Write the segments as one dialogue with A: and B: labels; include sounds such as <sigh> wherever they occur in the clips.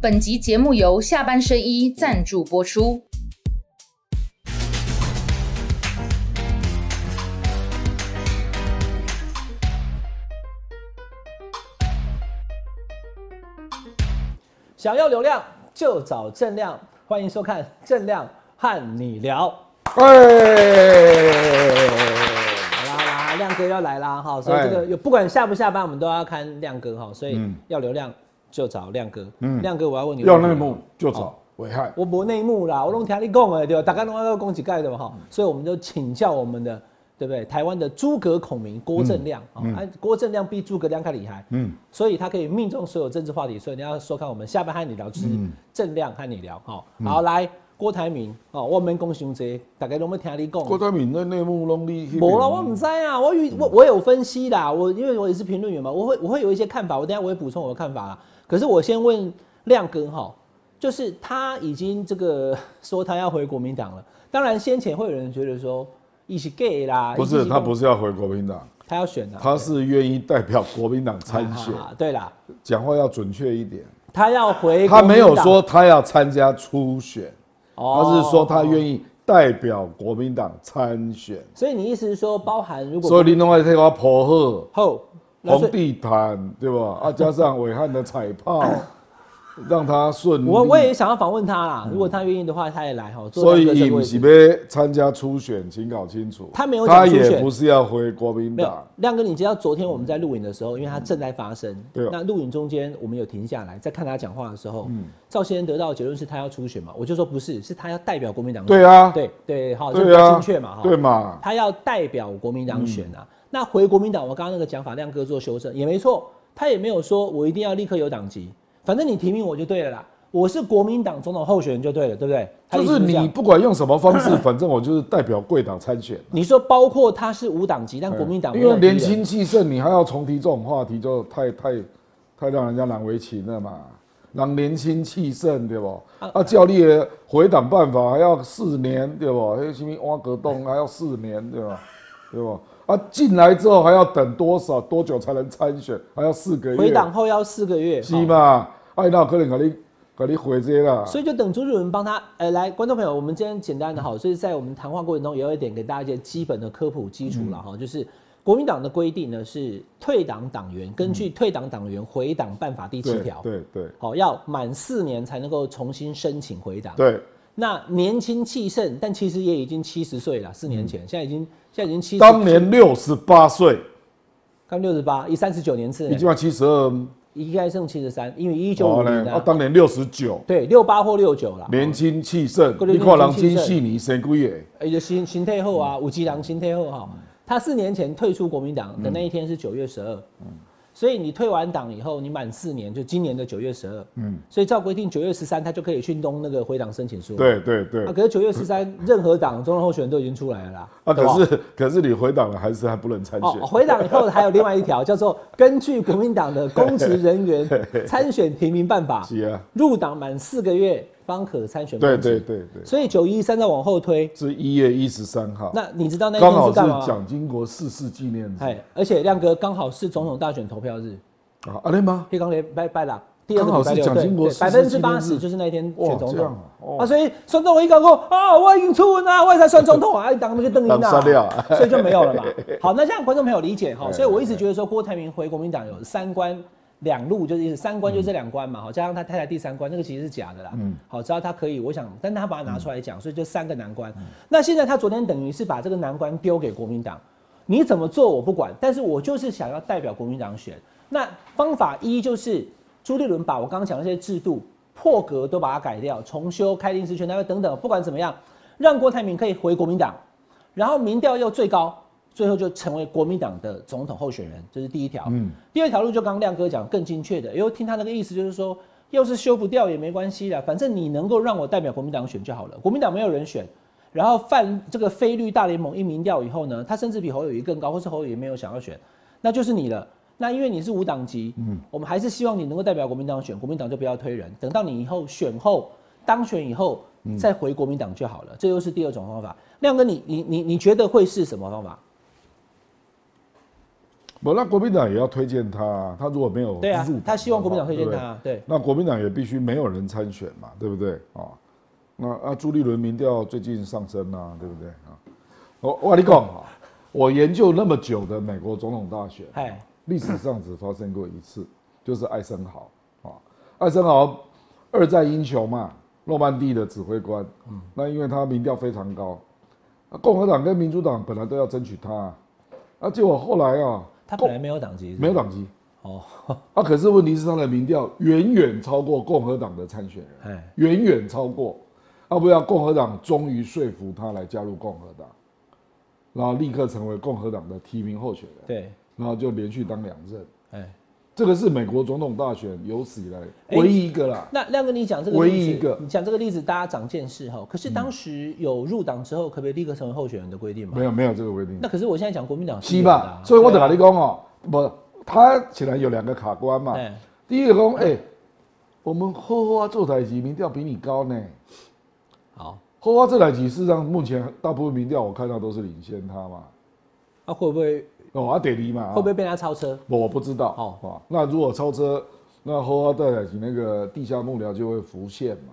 A: 本集节目由下半身衣赞助播出。
B: 想要流量就找正亮，欢迎收看《正亮和你聊》。
C: 哎，
B: 好啦啦，亮哥要来啦哈，所以这个
C: 哎
B: 有不管下不下班，我们都要看亮哥哈，所以
C: 嗯
B: 要流量就找亮哥。
C: 嗯
B: 亮哥，我要问你，
C: 要内幕，就找哦危害。
B: 我没内幕啦，我拢听你讲的对吧？大家拢要讲几盖的嘛
C: 嗯
B: 哈，所以我们就请教我们的对不对？台湾的诸葛孔明郭正亮啊，
C: 嗯
B: 啊郭正亮比诸葛亮更厉害，
C: 嗯，
B: 所以他可以命中所有政治话题。所以你要收看我们下班和你聊，就是
C: 嗯
B: 正亮和你聊。好、好来郭台铭哦，我们讲伤济，大家拢要听你讲。
C: 郭台嗯铭的内幕拢你那边，
B: 无啦，我唔知啊，我有我我有分析啦，我因为我也是评论员嘛，我会我会有一些看法，我等一下我会补充我的看法啦。可是我先问亮哥哈，就是他已经这个 <laughs> 说他要回国民党了，当然先前会有人觉得说一起 gay 啦，
C: 不是他不
B: 是
C: 是要回国民党，
B: 他要选啊，
C: 他是愿意代表国民党参选，
B: 啊对啦，
C: 讲话要准确一点。
B: 他要回国民党
C: 他没有说他要参加初选，他
B: 哦
C: 是说他愿意代表国民党参选。
B: 所以你意思是说包含如果
C: 所以林东爱替我破贺
B: 后哦那所
C: 红
B: 以
C: 地毯，对吧？啊，加上伟汉的彩
B: <coughs>
C: 炮，让他顺利。
B: 我我也想要访问他啦，如果他愿意的话，他也来哈。坐
C: 所
B: 亮哥这
C: 以
B: 个
C: 你
B: 位
C: 不
B: 置
C: 是要参加初选，请搞清楚。
B: 他没有讲
C: 他
B: 初选
C: 也不是要回国民
B: 没有
C: 党，，
B: 亮哥，你知道昨天我们在录影的时候，因为它正在发生，
C: 对啊嗯
B: 那录影中间我们有停下来，在看他讲话的时候，赵先生得到的结论是他要初选嘛，我就说不是，是他要代表国民党选，
C: 对啊，
B: 对对，好，这比
C: 对
B: 较
C: 啊，
B: 精确嘛，哈，
C: 对嘛，
B: 他要代表国民党选
C: 嗯
B: 啊。那回国民党，我刚刚那个讲法，亮哥做修正也没错，他也没有说我一定要立刻有党籍，反正你提名我就对了啦，我是国民党总统候选人就对了，对不对？他
C: 就
B: 意思
C: 是
B: 这样
C: 你不管用什么方式，反正我就是代表贵党参选。
B: 你说包括他是无党籍，但国民党没
C: 嗯因
B: 有
C: 为年
B: 敌人
C: 轻气盛，你还要重提这种话题，就太太太让人家难为情了嘛。让年轻气盛，对不？啊，教练回档办法还要四年，对不？还有什么挖格洞还要四年，对吧？对不？啊，进来之后还要等多少多久才能参选？还要四个月。
B: 回党后要四个月，
C: 是
B: 好
C: 嘛？哎，那有可能给你给你回这个啦。
B: 所以就等朱立伦帮他，呃，来，观众朋友，我们今天简单的好，所以在我们谈话过程中，也有一点给大家一些基本的科普基础了
C: 嗯
B: 哈，就是国民党的规定呢是退党党员根据《退党党员回党办法》第七
C: 对
B: 条，
C: 对对
B: 好，要满四年才能够重新申请回党。
C: 对，
B: 那年轻气盛，但其实也已经七十岁了，四年前，现在已经现在已经七，
C: 嗯当年六十八岁，
B: 刚六十八，一三十九年次
C: 已
B: 呢，
C: 经要七十二，
B: 应该剩七十三，因为一九五
C: 哦
B: 零
C: 呢，啊，
B: 啊，
C: 当年六十九，
B: 对，六八或六九了，啊
C: 年轻气盛，
B: 对
C: 你看人真细腻，生几个？
B: 呃，就新新退后
C: 嗯
B: 啊，五级郎新退后哈，他四年前退出国民党的那一
C: 嗯
B: 天是九月十二，所以你退完党以后，你满四年就今年的九月十二，嗯，所以照规定九月十三他就可以去弄那个回党申请书，，
C: 对对
B: 啊，
C: 对，
B: 可是九月十三任何党总统候选人都已经出来了啦，
C: 啊，
B: 对吧
C: 可是可是你回档了，还是还不能参
B: 哦，
C: 选？
B: 回党以后还有另外一条叫做根据国民党的公职人
C: <laughs>
B: 员参选提名办法，
C: 是啊，
B: 入党满四个月方可参选，
C: 对对，对对，
B: 所以九一三再往后推，
C: 是一月一十三号，
B: 那你知道那一
C: 刚
B: 天
C: 好
B: 是干嘛
C: 是
B: 吗？
C: 蒋经国逝世纪念日
B: 哎，而且亮哥刚好是总统大选投票日，
C: 啊，啊对吗？
B: 黑刚连拜拜啦，第二个
C: 刚好
B: 礼拜六
C: 是蒋经国
B: 对
C: 逝
B: 百
C: 世
B: 分之
C: 纪
B: 八
C: 念
B: 十
C: 日
B: 就是那一天
C: 哇
B: 选总
C: 这样
B: 统
C: 啊哦
B: 啊，所
C: <laughs>
B: 以孙中我一讲过啊，我已经出文啦，我才选总统啊，当那个
C: <laughs>
B: 邓英
C: 当三料
B: 啊
C: 啊，
B: 所以就没有了
C: <laughs>
B: 嘛。好，那这样观众朋友理解哈，
C: 哎
B: 所以我一直觉得说郭台铭回国民党有三关。两路就是意思三关就这两关
C: 嗯
B: 嘛，好，加上他太太第三关，那个其实是假的啦。嗯，好，只要他可以，我想，但他把它拿出来讲，所以就三个难关。
C: 嗯
B: 那现在他昨天等于是把这个难关丢给国民党，你怎么做我不管，但是我就是想要代表国民党选。那方法一就是朱立伦把我刚刚讲的这些制度破格都把它改掉，重修开临时全代会等等，不管怎么样，让郭台铭可以回国民党，然后民调又最高，最后就成为国民党的总统候选人，这是第一条。嗯，第二条路就刚刚亮哥讲更精确的，因为听他那个意思就是说，要是修不掉也没关系啦，反正你能够让我代表国民党选就好了，国民党没有人选。然后泛这个非绿大联盟一民调以后呢，他甚至比侯友谊更高，或是侯友谊没有想要选，那就是你了。那因为你是无党籍，嗯，我们还是希望你能够代表国民党选，国民党就不要推人，等到你以后选后当选以后
C: 嗯
B: 再回国民党就好了，这又是第二种方法。亮哥，你你你你觉得会是什么方法？
C: 不，那国民党也要推荐他啊，他如果没有
B: 对啊
C: 入党，
B: 他希望国民党
C: 的
B: 推
C: 话
B: 荐
C: 对不对
B: 他，啊对，
C: 那国民党也必须没有人参选嘛，对不对啊？那啊，朱立伦民调最近上升啦、对不对啊？我我跟你讲啊，我研究那么久的美国总统大选，
B: 哎，
C: 历史上只发生过一次， <clears throat> 就是艾森豪啊，艾森豪二战英雄嘛，诺曼底的指挥官，那因为他民调非常高，啊共和党跟民主党本来都要争取他啊，啊，结果后来啊，
B: 他
C: 共
B: 本来没有党籍，是不
C: 没
B: 是
C: 有党籍，
B: 哦，
C: 啊，可是问题是他的民调远远超过共和党的参选人，
B: 哎，
C: 远远超过。要不要共和党终于说服他来加入共和党，然后立刻成为共和党的提名候选人，
B: 对，
C: 然后就连续当两任。
B: 哎，
C: 这个是美国总统大选有史以来唯一一个啦。
B: 那亮哥，你讲这个
C: 唯
B: 例
C: 一
B: 子
C: 一个嗯
B: 你讲这个例子，大家长见识哈。可是当时有入党之后，可不可以立刻成为候选人的规定嘛
C: 没？有没有这个规定
B: 那，可是我现在讲国民党
C: 是
B: 有的啊
C: 吧？所以我
B: 对啊
C: 等你讲哦，不，他显然有两个卡关嘛。
B: 哎，
C: 第一个讲，哎、我们后花做台籍民调比你高呢。
B: 好，
C: 后花这台棋，事实上目前大部分民调我看到都是领先他嘛，
B: 那会不会
C: 哦，阿得离嘛，
B: 会不会被他超车？
C: 我？我不知道。
B: 哦
C: 哦，那如果超车，那后花这台棋那个地下幕僚就会浮现
B: <laughs>
C: 嘛，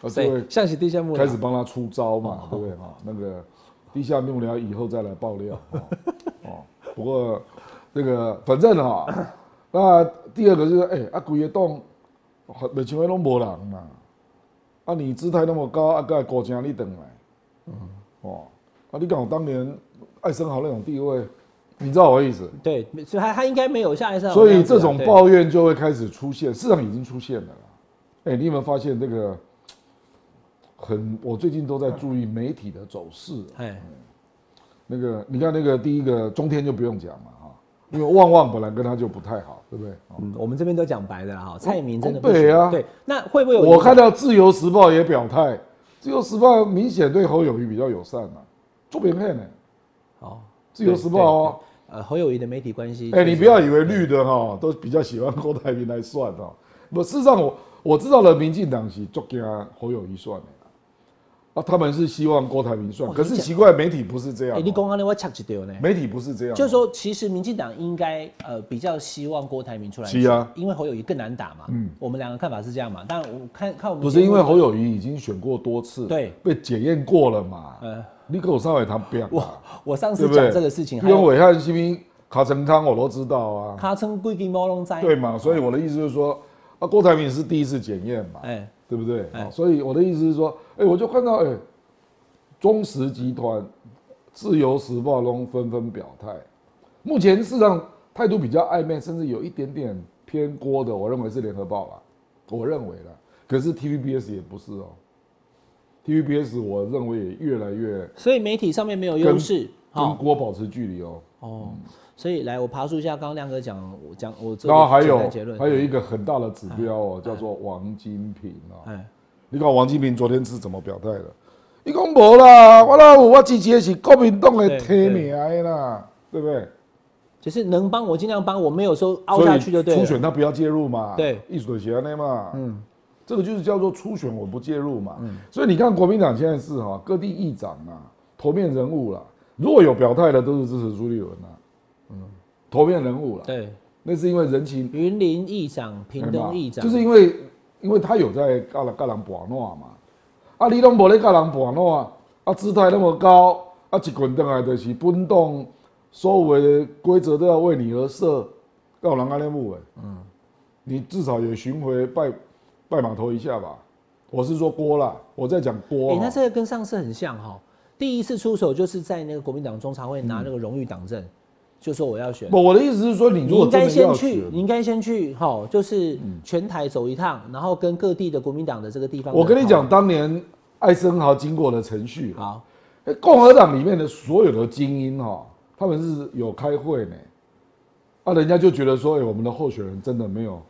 C: 啊，就
B: 对，
C: 会
B: 像是地下幕僚
C: 开始帮他出招嘛，对不对？哈，那个地下幕僚以后再来爆料。哦，哦不过那个反正哈、那第二个就是，哎、啊，鬼个洞，每像那拢无人嘛，啊，你姿态那么高，啊，个国家你等来，嗯，哦，啊，你讲当年艾森豪那种地位，你知道我的意思，
B: 对，所以他他应该没有像艾森豪
C: 所
B: 那
C: 以
B: 样子啊
C: 这种
B: 对
C: 抱怨就会开始出现，市场已经出现了啦。哎、你有没有发现这个？很，我最近都在注意媒体的走势、啊
B: 哎，
C: 那个，你看那个第一个中天就不用讲嘛哈，因为旺旺本来跟他就不太好，对不对？哦
B: 嗯，我们这边都讲白的了哈，蔡明真的不
C: 哦对啊
B: 行对，那会不会有
C: 我看到《自由时报》也表态，《自由时报》明显对侯友谊比较友善嘛，做扁骗呢，《
B: 哦，
C: 自由时报》哦，
B: 呃侯友谊的媒体关系，
C: 哎、你不要以为绿的哈、都比较喜欢郭台铭来算哦，不，事实上我我知道了，民进党是做给侯友谊算的啦，啊，他们是希望郭台铭算，
B: 哦
C: 可是
B: 你讲
C: 奇怪，媒体不是这样
B: 哎、
C: 哦、
B: 你公安的我抢一丢呢。
C: 媒体不是这样哦，
B: 就是说，其实民进党应该呃比较希望郭台铭出来选，
C: 是啊
B: 因为侯友谊更难打嘛。嗯，我们两个看法是这样嘛。但我看看我们
C: 不是
B: 节
C: 因
B: 目
C: 为侯友谊已经选过多次，
B: 对
C: 被检验过了嘛。
B: 呃，
C: 你给我稍微谈不要，
B: 我我上
C: 对
B: 次
C: 不对？
B: 讲这个事情，还
C: 因为
B: 有
C: 伟汉新兵卡成康我都知道啊，
B: 他称贵金猫龙灾，
C: 对嘛？所以我的意思就是说，啊，郭台铭是第一次检验嘛，
B: 哎
C: 对不对、
B: 哎
C: 哦所以我的意思是说，哎，我就看到哎，中石集团、自由时报中纷纷表态，目前市场态度比较暧昧，甚至有一点点偏锅的，我认为是联合报啦，我认为啦。可是 TVBS 也不是哦，TVBS 我认为也越来越
B: 所以媒体上面没有优势。
C: 跟
B: 好
C: 锅保持距离哦。
B: 哦，所以来我爬树一下，刚刚亮哥讲我讲我这个
C: 然后还
B: 简单
C: 有
B: 结论，
C: 还有一个很大的指标哦，叫做王金平哦。
B: 哎
C: 你看王金平昨天是怎么表态的？伊讲无啦，我啦有我支持的是国民党的提名的啦，对不对？
B: 就是能帮我尽量帮，我没有说凹下去就对
C: 初
B: 了。
C: 选他不要介入嘛，
B: 对
C: 艺术的协内嘛，嗯，这个就是叫做初选我不介入嘛。
B: 嗯
C: 所以你看国民党现在是哈各地议长啊，头面人物啦，如果有表态的都是支持朱立伦啦，嗯，头面人物啦，
B: 对，
C: 那是因为人情
B: 云林议长、屏
C: 对嘛
B: 东议长，
C: 就是因为因为他有在嘎啦嘎人博诺嘛，啊，你拢无咧嘎人博诺，啊，姿态那么高，啊，一滚登来就是本党所有的规则都要为你而设，要有人安尼母诶，嗯，你至少也巡回拜拜码头一下吧，我是说郭啦，我在讲郭
B: 哎、
C: 哦、
B: 那这个跟上次很像哈、第一次出手就是在那个国民党中常会拿那个荣誉党证，就说我要选。
C: 嗯不，我的意思是说，你如
B: 你
C: 果
B: 应
C: 真
B: 该
C: 的
B: 先
C: 要选嗯
B: 去，你，应该先去哈、就是全台走一趟，然后跟各地的国民党的这个地方的。
C: 我跟你讲，
B: 齁，
C: 当年艾森豪经过的程序啦
B: 好，
C: 欸共和党里面的所有的精英哈、哦，他们是有开会呢，啊，人家就觉得说，哎、我们的候选人真的没有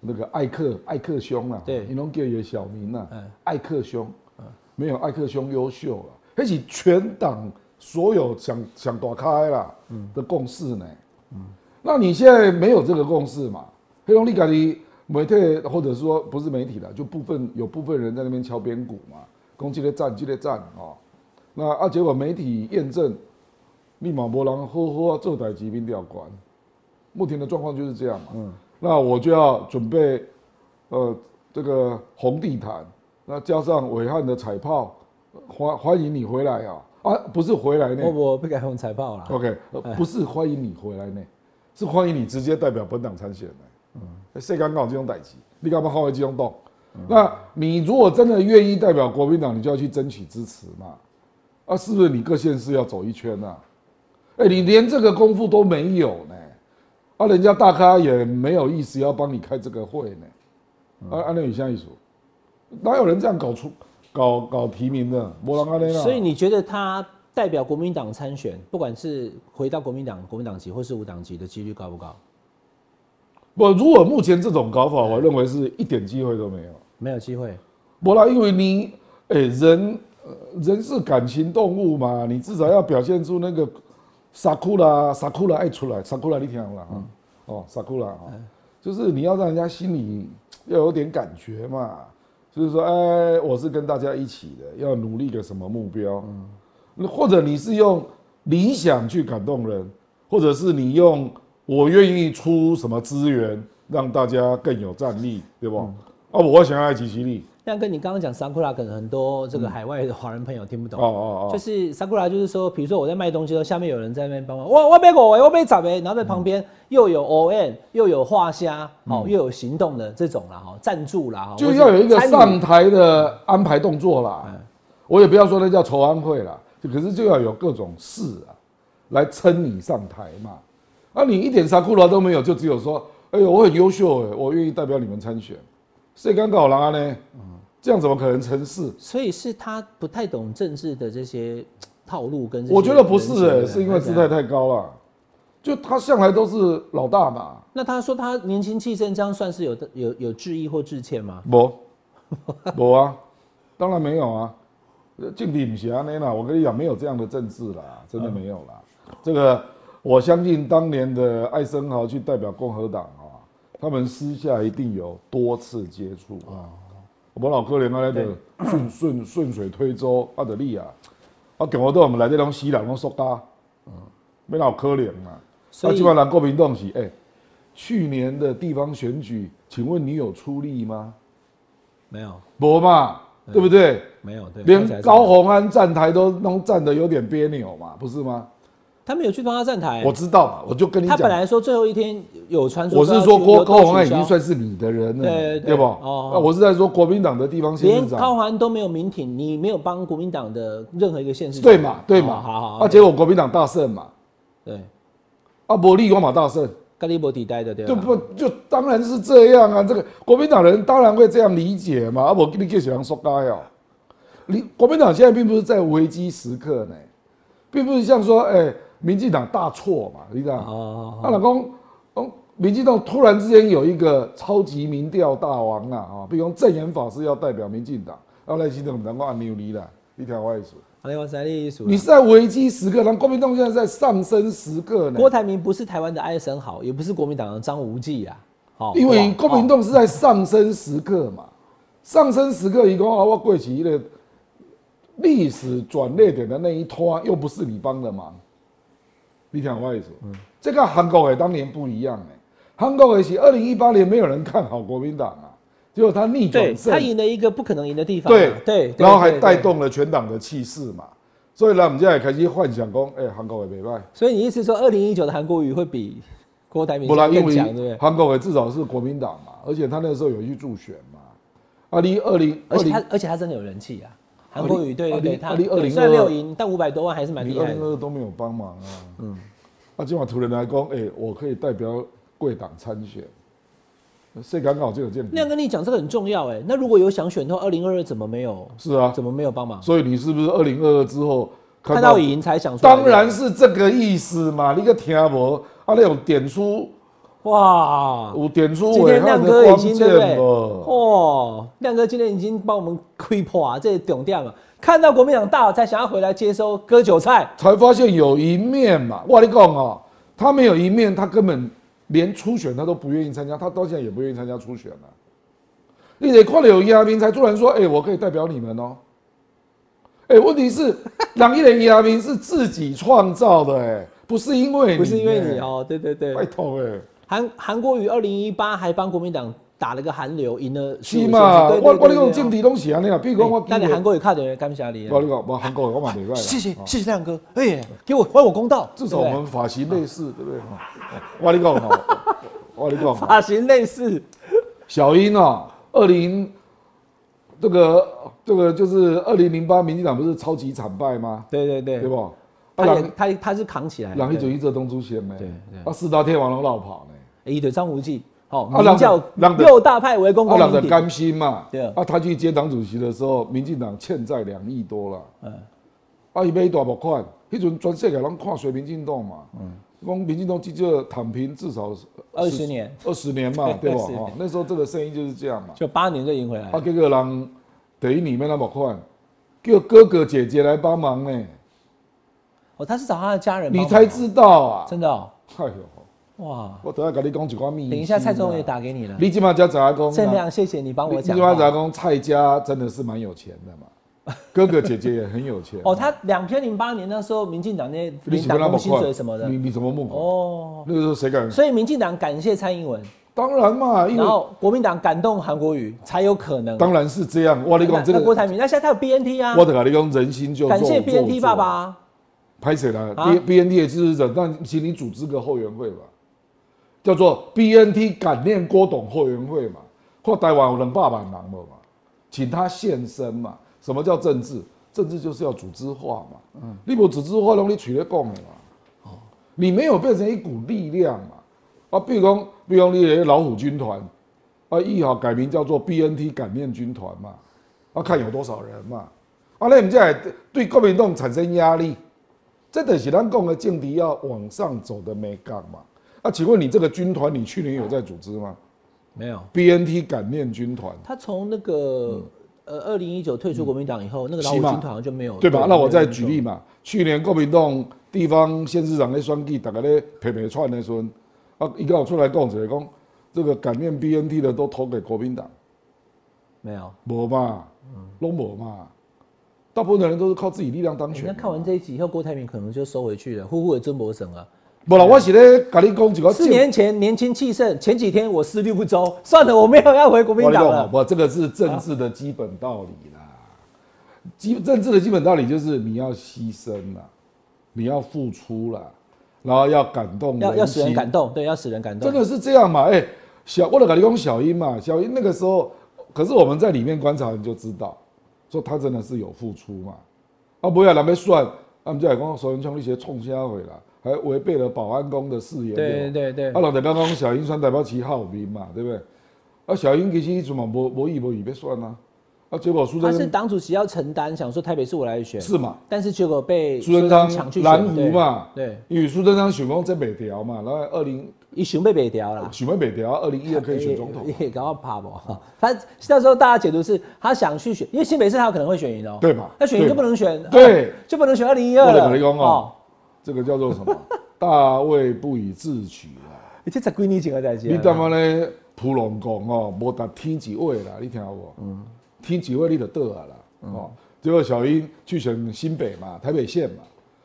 C: 那个艾克艾克兄啊，
B: 对
C: 你能给也小明啊，
B: 嗯
C: 艾克兄，没有艾克兄优秀了、而且全党所有想想躲开啦
B: 嗯
C: 的共识呢，那你现在没有这个共识嘛？黑龙利咖喱媒体或者说不是媒体的，就部分有部分人在那边敲边鼓嘛，攻击的战，击的战哦。那啊，结果媒体验证，立马波浪呵呵啊，这台级民调官，目前的状况就是这样嘛。那我就要准备，呃，这个红地毯，那加上伟汉的彩炮，欢欢迎你回来啊！啊，不是回来呢
B: 我我不敢用财报啦。哎
C: ，OK，呃不是欢迎你回来呢，是欢迎你直接代表本党参选呢。嗯，谁敢搞这种代志？你干嘛好为这种动？那你如果真的愿意代表国民党，你就要去争取支持嘛。啊，是不是你各县市要走一圈啊？哎、你连这个功夫都没有呢，啊，人家大咖也没有意思要帮你开这个会呢。
B: 嗯
C: 啊，按那以下一说，哪有人这样搞出搞搞提名的？没人啊安尼啦。
B: 所以你觉得他代表国民党参选，不管是回到国民党、国民党籍或是无党籍的几率高不高？
C: 不，如果目前这种搞法，我认为是一点机会都没有。
B: 没有机会。
C: 不啦，因为你，哎、人，呃人是感情动物嘛，你至少要表现出那个傻哭啦，傻哭啦爱出来，傻哭啦你听有啦，啊，哦，傻哭啦啊，就是你要让人家心里要有点感觉嘛，就是说，哎、我是跟大家一起的，要努力个什么目标，嗯，或者你是用理想去感动人，或者是你用我愿意出什么资源让大家更有战力，对不？啊，我想要集其力。
B: 亮哥，你刚刚讲 sakura 可能很多这个
C: 嗯
B: 海外的华人朋友听不懂。
C: 哦哦哦，
B: 就是 sakura 就是说，比如说我在卖东西的时候，下面有人在那边帮忙，我我被狗我被找呗，然后在旁边又有 O N，又有画虾，哦，又有行动的这种啦，哈，赞助啦，哈，
C: 嗯
B: 哦
C: 就要有一个
B: 或是参与
C: 上台的安排动作啦。我也不要说那叫筹安会啦，就可是就要有各种事啊，来撑你上台嘛。啊，你一点啥苦劳都没有，就只有说，哎呦，我很优秀哎，我愿意代表你们参选。谁敢搞狼啊呢？这样怎么可能成事？
B: 所以是他不太懂政治的这些套路跟这些
C: 我觉得不是
B: 人性
C: 哎、
B: 对啊
C: 是因为姿态。太高了。就他向来都是老大嘛，
B: 那他说他年轻气盛，这样算是有有有质疑或致歉吗？
C: 无，无啊，当然没有啊，呃政体不是安尼啦，我跟你讲，没有这样的政治啦，真的没有啦。这个我相信当年的艾森豪去代表共和党啊，他们私下一定有多次接触啊。我们老可怜啊，那个顺顺顺水推舟，阿德利亚，啊，共和党我们来这种西人拢缩家，嗯，要老可怜啊。
B: 所
C: 那基
B: 以
C: 本上国民党是哎、去年的地方选举，请问你有出力吗？
B: 没有
C: 没嘛，对不对？
B: 没有对，看起来
C: 连
B: 是
C: 高
B: 没有
C: 鸿安站台都弄站的有点别扭嘛，不是吗？
B: 他没有去帮他站台
C: 我。知道嘛，我就跟你
B: 哎他
C: 讲
B: 本，来说最后一天有传说
C: 我
B: 要
C: 是
B: 去，
C: 说
B: 有
C: 郭
B: 都
C: 高鸿安已
B: 取消
C: 经算是你的人了，
B: 对对对
C: 不？
B: 哦
C: 啊我是在说国民党的地方县
B: 连
C: 市
B: 高
C: 长，
B: 环都没有明挺，你没有帮国民党的任何一个县市
C: 对嘛对嘛，
B: 哦好好好
C: 啊，结果国民党大胜嘛，
B: 对，
C: 啊，伯利光马大胜，
B: 咖喱伯底带的对啊吧
C: 就不就当然是这样啊！这个国民党人当然会这样理解嘛。啊，我跟你给小杨说该哦，你国民党现在并不是在危机时刻呢，并不是像说哎、民进党大错嘛，你知道吗？
B: 哦，
C: 啊，老公，哦，民进党突然之间有一个超级民调大王啦啊，比如说证严法师要代表民进党，啊，赖清德能够按钮你啦，你听我意思，
B: 阿里瓦塞利属
C: 你是在危机时刻，然后国民党现在在上升时刻呢。
B: 郭台铭不是台湾的艾森豪，也不是国民党的张无忌啊，哦
C: 因为
B: 哇
C: 国民党是在上升时刻嘛，上升时刻，一共啊，我过去那个历史转捩点的那一拖，又不是你帮的忙，你听我意思？这个韩国的当年不一样哎、韩国的是二零一八年没有人看好国民党啊，结果他逆
B: 对
C: 转胜
B: 他，赢了一个不可能赢的地方啊，
C: 对
B: 对，
C: 然后还
B: 对对
C: 带动了全党的气势嘛，所以呢，我们现在开始幻想讲，哎、韩国的没败。
B: 所以你意思说，二零一九的韩国瑜会比郭台铭
C: 不啦，因
B: 更强，对不
C: 为
B: 对？
C: 韩国伟至少是国民党嘛，而且他那时候有去助选嘛。二零二零二
B: 而且
C: 零
B: 他，而且他真的有人气啊。韩国瑜对对对，他
C: 2020
B: 对虽然没有赢，但五百多万还是蛮
C: 你
B: 厉
C: 二
B: 害
C: 零
B: 的。
C: 二都没有帮忙啊。嗯，啊，今晚突然来讲，哎、我可以代表贵党参选，谁敢搞这个建
B: 亮
C: 议？
B: 哥，你讲这个很重要哎。那如果有想选的话，二零二二怎么没有？
C: 是啊
B: 怎，么没有帮忙？
C: 所以你是不是二零二二之后
B: 看到赢才想出来。
C: 当然是这个意思嘛，你个听无啊？那有点出，
B: 哇！
C: 有点出
B: 今
C: 伟
B: 天
C: 汉
B: 亮
C: 的
B: 哥已
C: 光
B: 经
C: 剑
B: 对不对？
C: 了。
B: 哦，亮哥今天已经帮我们亏破啊，这懂掉嘛？看到国民党大了，才想要回来接收割韭菜。
C: 才发现有一面嘛。我跟你讲哦，他没有一面，他根本连初选他都不愿意参加，他到现在也不愿意参加初选了、你得看了有亚斌才突然说，哎、我可以代表你们哦、哎、问题是人一的牙名是自己创造的、哎，不是因为你
B: 不是因为你
C: 哎
B: 哦，对对对，
C: 拜托哎、
B: 韩韩国瑜二零一八还帮国民党打了个韩流，赢了15
C: 是嘛？
B: 对对
C: 我
B: 对
C: 我
B: 对
C: 你讲
B: 对
C: 政治拢是安尼啊，比如讲我
B: 哎那你
C: 今日
B: 韩，国瑜靠点感谢你啊
C: 我，你讲我韩国的我嘛袂歹啦。哦
B: 谢谢谢谢亮哥，哎，给我还我公道，
C: 至
B: 对
C: 少
B: 不
C: 我
B: 对
C: 们发型类似，对不对？我跟你讲哦，我跟你讲哦，
B: 发型类似，
C: 小英啊，二零这个这个就是二零零八，民进党不是超级惨败吗？
B: 对对对
C: 对，不？啊，
B: 他也
C: 人
B: 他他是扛起来，
C: 人一九一浙东出现呢
B: 对，对
C: 啊，四大天王都绕跑呢，
B: 一对张无忌，好，
C: 啊
B: 名叫
C: 人人
B: 六大派围攻
C: 啊，
B: 光
C: 人的
B: 明顶，
C: 甘心嘛
B: 对，
C: 啊，他去接党主席的时候，民进党欠债两亿多了。
B: 嗯，
C: 啊，伊买大目款，迄阵全世界人看衰民进党嘛，
B: 嗯
C: 讲民进党至少躺平至少
B: 20年，
C: 二十年嘛，
B: <laughs>
C: 对吧？
B: 20年
C: 哦那时候这个声音就是这样嘛。
B: 就八年就赢回来
C: 啊，
B: 了，
C: 结果人等于你们那么款，叫哥哥姐姐来帮忙呢，
B: 哦，他是找他的家人帮
C: 你
B: 忙，
C: 才知道啊！
B: 真的哦，
C: 哎呦，
B: 哇，
C: 我等下跟你讲几个秘密。
B: 等一下蔡
C: 啊
B: 总也，打给你了，
C: 你今晚才怎样讲？
B: 郑亮，谢谢你帮
C: 你
B: 我
C: 你
B: 讲
C: 今晚
B: 话
C: 怎。样讲？蔡家真的是蛮有钱的
B: <laughs>
C: 嘛，哥哥姐姐也很有钱。
B: 哦，他两千零八年那时候，民进党那
C: 你
B: 领
C: 怎么
B: 党
C: 那么
B: 工薪
C: 快？
B: 水什么的
C: 你，你怎么木？
B: 哦，
C: 那个时候谁敢
B: 所以民进党感谢蔡英文，
C: 当然嘛，因
B: 然
C: 为
B: 后国民党感动韩国瑜，才有可能。
C: 嗯当然是这样。我跟你
B: 那
C: 讲这
B: 那郭
C: 个，
B: 台铭，那现在他有 BNT 啊
C: 我，得跟你讲人心就
B: 感谢
C: 肉做
B: BNT 爸爸
C: 做
B: 啊，
C: 拍谁了
B: 啊
C: ？B B N T 的支持者，但请你组织个后援会吧，叫做 B N T 感念郭董后援会嘛，或台湾有人爸爸郎了嘛，请他现身嘛。什么叫政治？政治就是要组织化嘛。嗯，你不组织化，让你取得共的嘛。你没有变成一股力量嘛。啊，比如讲，比如讲你的老虎军团，啊，一号改名叫做 B N T 感念军团嘛，啊，看有多少人嘛。啊，那我们才会对国民党产生压力。这等是咱讲的政敌要往上走的美港嘛。啊，请问你这个军团，你去年有在组织吗
B: 没有，
C: ？BNT 感念军团，
B: 他从那个
C: 嗯
B: 呃二零一九退出国民党以后，那个老虎
C: 是
B: 军
C: 吗
B: 团好像就没有，
C: 嗯对吧？那我再举例
B: 嘛，
C: 嘛，去年国民党地方县市长的选举，大家咧陪陪串的时候，啊，一个出来讲就是讲，这个感念 BNT 的都投给国民党，
B: 没有。
C: 无嘛，拢无嘛，大部分的人都是靠自己力量当
B: 哎
C: 权
B: 那
C: 嘛。
B: 看完这一集以后，郭台铭可能就收回去了，呼呼的尊伯省啊。
C: 无啦，我是咧甲你讲一个
B: 四
C: 政
B: 年前年轻气盛，前几天我思虑不周，算了，我没有要回国民
C: 我跟
B: 党
C: 你讲好
B: 了。
C: 不好？这个是政治的基本道理啦。基政治的基本道理就是你要牺牲啦，你要付出啦，然后要感动
B: 要要使人
C: 心
B: 感动，对，要使人感动。
C: 真的是这样嘛？哎、小我的跟你讲小英嘛，小英那个时候，可是我们在里面观察你就知道，说他真的是有付出嘛。啊，不要那边算，他们就来讲手文枪那些冲虾回来，还违背了保安宫的誓言。
B: 对
C: 吧
B: 对对
C: 啊，人就刚刚小英选代表旗号兵嘛，对不对？啊，小英其实一直嘛无无意无意要选啊，啊，结果苏
B: 他
C: 贞
B: 是党主席要承担，想说台北市我来选，
C: 是嘛？
B: 但是结果被
C: 苏贞
B: 昌
C: 昌
B: 抢去选
C: 蓝湖嘛，
B: 对，对
C: 因为苏贞昌选讲这北调嘛，然后二零
B: 一熊被北调了。
C: 选完北调，啊二零一
B: 啊
C: 二可以选总统嘛，啊
B: 也也搞到怕不？ <laughs> 他那时候大家解读是，他想去选，因为新北市他有可能会选赢哦、
C: 对嘛
B: 那选赢
C: 对
B: 就
C: 嘛
B: 不能选，
C: 对
B: 啊就不能选二零一二
C: 我
B: 了。
C: 就跟你讲哦这个叫做
B: <laughs>
C: 什么？大卫不以自取啊！
B: 你这才归你几个代志。
C: 你他妈咧普龙讲哦，无达天几位啦，你听有无？嗯，天几位你就倒啊啦，
B: 嗯
C: 哦，结果小英去选新北嘛，台北县嘛，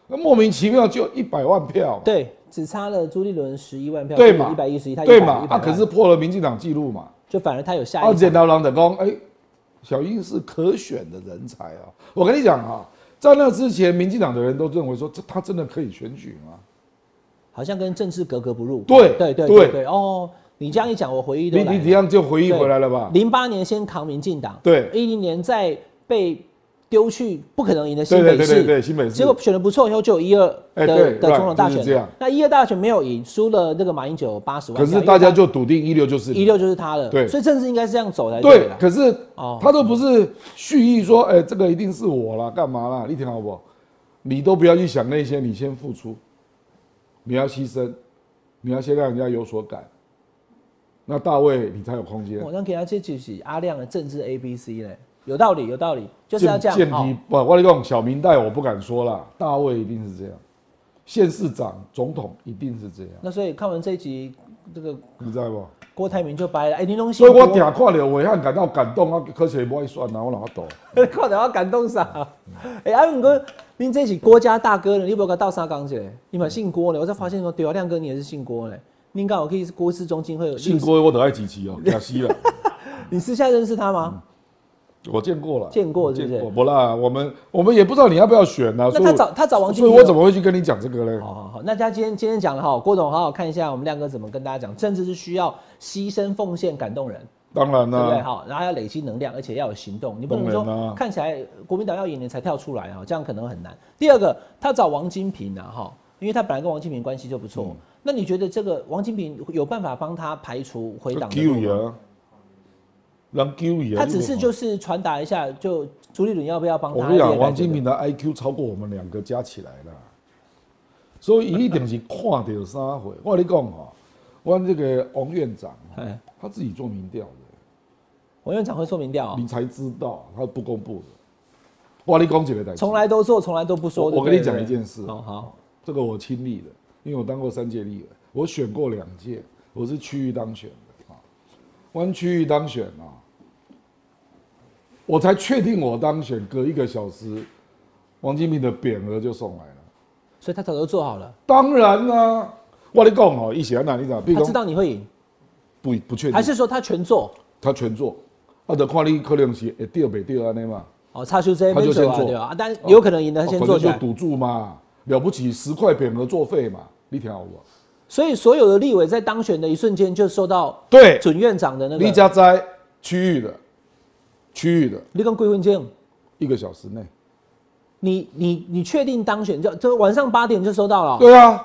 C: 那莫名其妙就一百万票嘛，
B: 对，只差了朱立伦十一万票，
C: 对嘛？
B: 一百一十一，他
C: 对
B: 100
C: 嘛？
B: 100
C: 啊，
B: 万
C: 可是破了民进党记录嘛，
B: 就反而他有下
C: 啊，
B: 一场
C: 然后人就讲，哎、小英是可选的人才啊！我跟你讲啊，在那之前，民进党的人都认为说，这他真的可以选举吗？
B: 好像跟政治格格不入。
C: 对
B: 对对
C: 对
B: 对对哦，你这样一讲，我回忆都
C: 你
B: 来
C: 你
B: 了
C: 这样就回忆回来了吧？
B: 零八年先扛民进党，
C: 对
B: 一零年再被丢去不可能赢的新
C: 对
B: 北市，
C: 对对对对，新北市。
B: 结果选的不错以后就有一二
C: 哎
B: 的、
C: 对
B: 的
C: 对
B: 总统大选
C: 就是这样
B: 了，那一二大选没有赢，输了那个马英九八十万
C: 可
B: 票，
C: 是大家就笃定一六就是
B: 一
C: 你
B: 六就是他了，
C: 对
B: 所以政治应该是这样走才
C: 对
B: 啦，
C: 可是
B: 哦
C: 他都不是蓄意说，哎、这个一定是我啦，干嘛啦？你听好不好？你都不要去想那些，你先付出，你要牺牲，你要先让人家有所感，那大卫你才有空间
B: 我。那给他这就是阿亮的政治 A B C 嘞，有道理有道理，就是要
C: 见
B: 这样
C: 见
B: 哦
C: 皮不，我跟你讲，小明代我不敢说啦，大卫一定是这样，县市长、总统一定是这样，
B: 那所以看完这一集，这个
C: 你知道不？
B: 郭台铭就掰了。哎、林东信
C: 所以
B: 郭，
C: 我定看到伟汉感到感动啊，可是不爱算啊，我哪懂？
B: <laughs> 看到我感动啥？
C: 嗯
B: 哎、阿勇哥，您这是郭家大哥呢，你不要跟倒沙港姐，你嘛姓郭呢？我才发现说，对啊，亮哥你也是姓郭呢。您刚好可以是郭氏中心会有
C: 信，哥我得爱支持哦，假死了，
B: 你私下认识他吗？
C: <laughs> 我见过了，
B: <laughs> 见过是不是
C: 见过不啦，我们我们也不知道你要不要选啊，
B: 那
C: 所以
B: 他
C: 我
B: 找他找王金
C: 所以
B: 平
C: 我
B: 有
C: 怎么会去跟你讲这个呢？
B: 好好好，那大家今天今天讲了哈，郭总好好看一下我们亮哥怎么跟大家讲，政治是需要牺牲奉献感动人，
C: 当然
B: 对不对？
C: 啦、
B: 好，然后要累积能量，而且要有行动，你不能
C: 当然
B: 说
C: 啊
B: 看起来国民党要赢你才跳出来啊，这样可能很难。第二个，他找王金平啊哈，因为他本来跟王金平关系就不错，
C: 嗯
B: 那你觉得这个王金平有办法帮他排除回
C: 啊，
B: 党的
C: 救
B: 路
C: 人
B: 吗？
C: 啊，让救人。
B: 他只是就是传达一下，就朱立伦要不要帮他？
C: 我跟你
B: 这
C: 讲，
B: 个
C: 王金平的 IQ 超过我们两个加起来了，所以一定是看到啥回。 <laughs> 我跟你讲哦，我这个王院长
B: 哎，
C: 他自己做民调的，
B: 王院长会说明掉、哦
C: 你才知道他不公布的。我跟你讲几个代，
B: 从来都做，从来都不说。
C: 我
B: 对
C: 我
B: 不对
C: 跟你讲一件事
B: 哦，好，
C: 这个我亲历的，因为我当过三届立委，我选过两届，我是区域当选的啊，湾区域当选啊，我才确定我当选，隔一个小时，王金平的匾额就送来了。
B: 所以他早就做好了。
C: 当然啦、我跟你讲哦，以前哪里讲，比
B: 他
C: 如
B: 知
C: 讲
B: 道你会赢，
C: 不不确定，
B: 还是说他全做？
C: 他全做，啊，得看你可能是会掉没掉安尼嘛，
B: 哦，差修这一
C: 他
B: 边
C: 就先
B: 走啊，
C: 做哦
B: 对吧？啊但有可能赢的他先
C: 可
B: 做
C: 能
B: 起
C: 就
B: 来。
C: 赌注嘛，了不起十块匾额作废嘛，你听好不？
B: 所以所有的立委在当选的一瞬间就收到
C: 对，
B: 准院长的那
C: 李
B: 个。
C: 家斋区域的，区域的
B: 你跟桂文静，
C: 一个小时内，
B: 啊你你你确定当选就就晚上八点就收到了哦？
C: 对啊，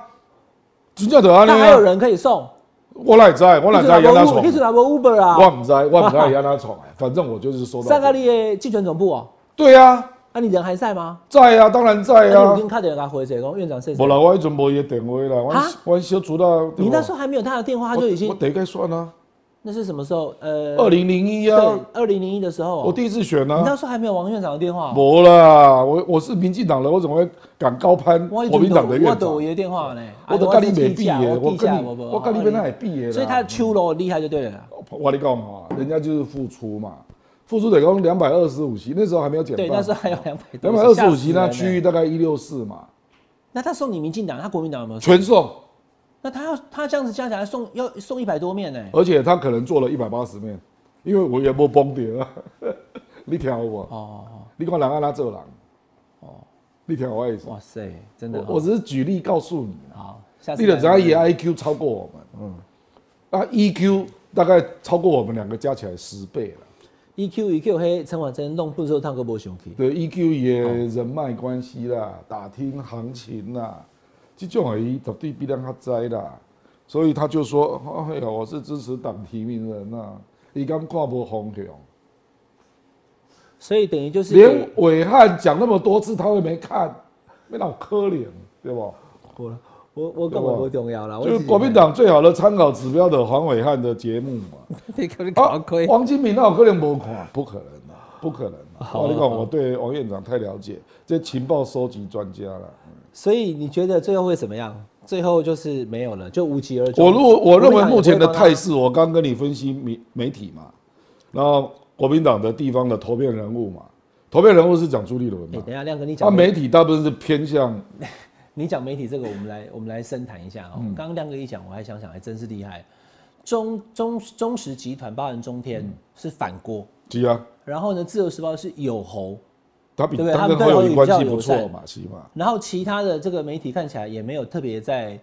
C: 真正得安
B: 那
C: 尼
B: 还有
C: 啊，
B: 人可以送？
C: 我哪知道，我哪知道
B: 你
C: 伊安
B: 怎么
C: 那
B: 没
C: 创
B: 你，怎么没 Uber
C: 我
B: 啊？
C: 唔知，我
B: <laughs>
C: 唔知伊安那创，啊反正我就是收
B: 上个
C: 到，
B: 你的竞选总部哦，
C: 对啊，
B: 啊，你人还在吗？
C: 在啊，当然在
B: 啊，你
C: 啊
B: 已，经看到他回谁？讲院长谁谁
C: 无？啦，我迄阵无伊的电话啦，
B: 啊
C: 我我小主到，
B: 你那时
C: 候
B: 候还没有他的电话，他就已
C: 我
B: 经
C: 得该算啊，
B: 那是什么时候？呃，
C: 二零零一啊
B: 对，，二零零一的时候哦，
C: 我第一次选
B: 你那
C: 啊，
B: 时候还没有王院长的电话哦。
C: 无啦，我我是民进党的，我怎么会敢高攀
B: 我
C: 国民党的
B: 我
C: 院
B: 都
C: 长
B: 有？的电话呢，
C: 我都
B: 啊
C: 跟你
B: 是
C: 没
B: 地
C: 毕
B: 下
C: 业，
B: 我啊
C: 我跟
B: 地
C: 你
B: 下
C: 我跟你们那也毕业啦，
B: 所以他秋楼厉害就对了。
C: 我跟你讲啊，人家就是付出嘛，付出得讲两百二十五席，那时候还没有减半，
B: 对，那时候还有两百
C: 两百二十五席
B: 那
C: 呢，区域大概一六四嘛，
B: 那他送你民进党，他国民党有没有送？
C: 全送，
B: 那他要他这样子加起来送要送一百多面呢。
C: 而且他可能做了一百八十面，因为我也没崩跌啊， <laughs> 你听我，
B: 哦，
C: 你看人安那做人，哦，你听我意思，
B: 哇塞，真的哦
C: 我我只是举例告诉你啊，
B: 好，下次
C: 你的只要
B: 再
C: 也 IQ 超过我们，嗯，啊 EQ 大概超过我们两个加起来十倍了。
B: EQ EQ 黑 E 陈婉珍弄不之后，他个波熊去。
C: 对 EQ 也人脉关系啦，打听行情啦，这种而已，绝对比咱较知啦。所以他就说：“哎呀，我是支持党提名人呐、啊，伊刚看无方向，
B: 所以等于就是
C: 连伟汉讲那么多次，他会没看，没老可怜，对不？
B: 我了我我根本不重要啊了，我
C: 就是
B: 自己
C: 国民党最好的参考指标的黄伟汉的节目嘛。
B: <laughs> 你可能
C: 啊
B: 搞亏。
C: 哦王金平那有可能没看，不可能的、不可能、啊。
B: 好
C: 我跟你
B: 好
C: 讲，我对王院长太了解，这情报收集专家了。
B: 所以你觉得最后会怎么样？最后就是没有了，就无疾而终。
C: 我如果我认为目前的态
B: 势。
C: 势，我刚跟你分析媒媒体嘛，然后国民党的地方的投票人物嘛，投票人物是讲朱立伦
B: 哎、
C: 嘛
B: 等，一下，亮哥，你
C: 他
B: 讲媒
C: 媒体大部分是偏向
B: 你讲媒体这个，我们来我们来深谈一下哦、
C: 嗯
B: 刚刚亮哥一讲，我还想想，还真是厉害。中中中实集团，包含中
C: 嗯
B: 天、是反锅，
C: 基啊，
B: 然后呢，自由时报是有猴，
C: 他比
B: 对不对
C: 他
B: 他们
C: 跟
B: 对
C: 侯友谊关
B: 侯友
C: 系
B: 宜
C: 不
B: 比较友
C: 错
B: 善
C: 嘛，起码
B: 然后其他的这个媒体看起来也没有特别在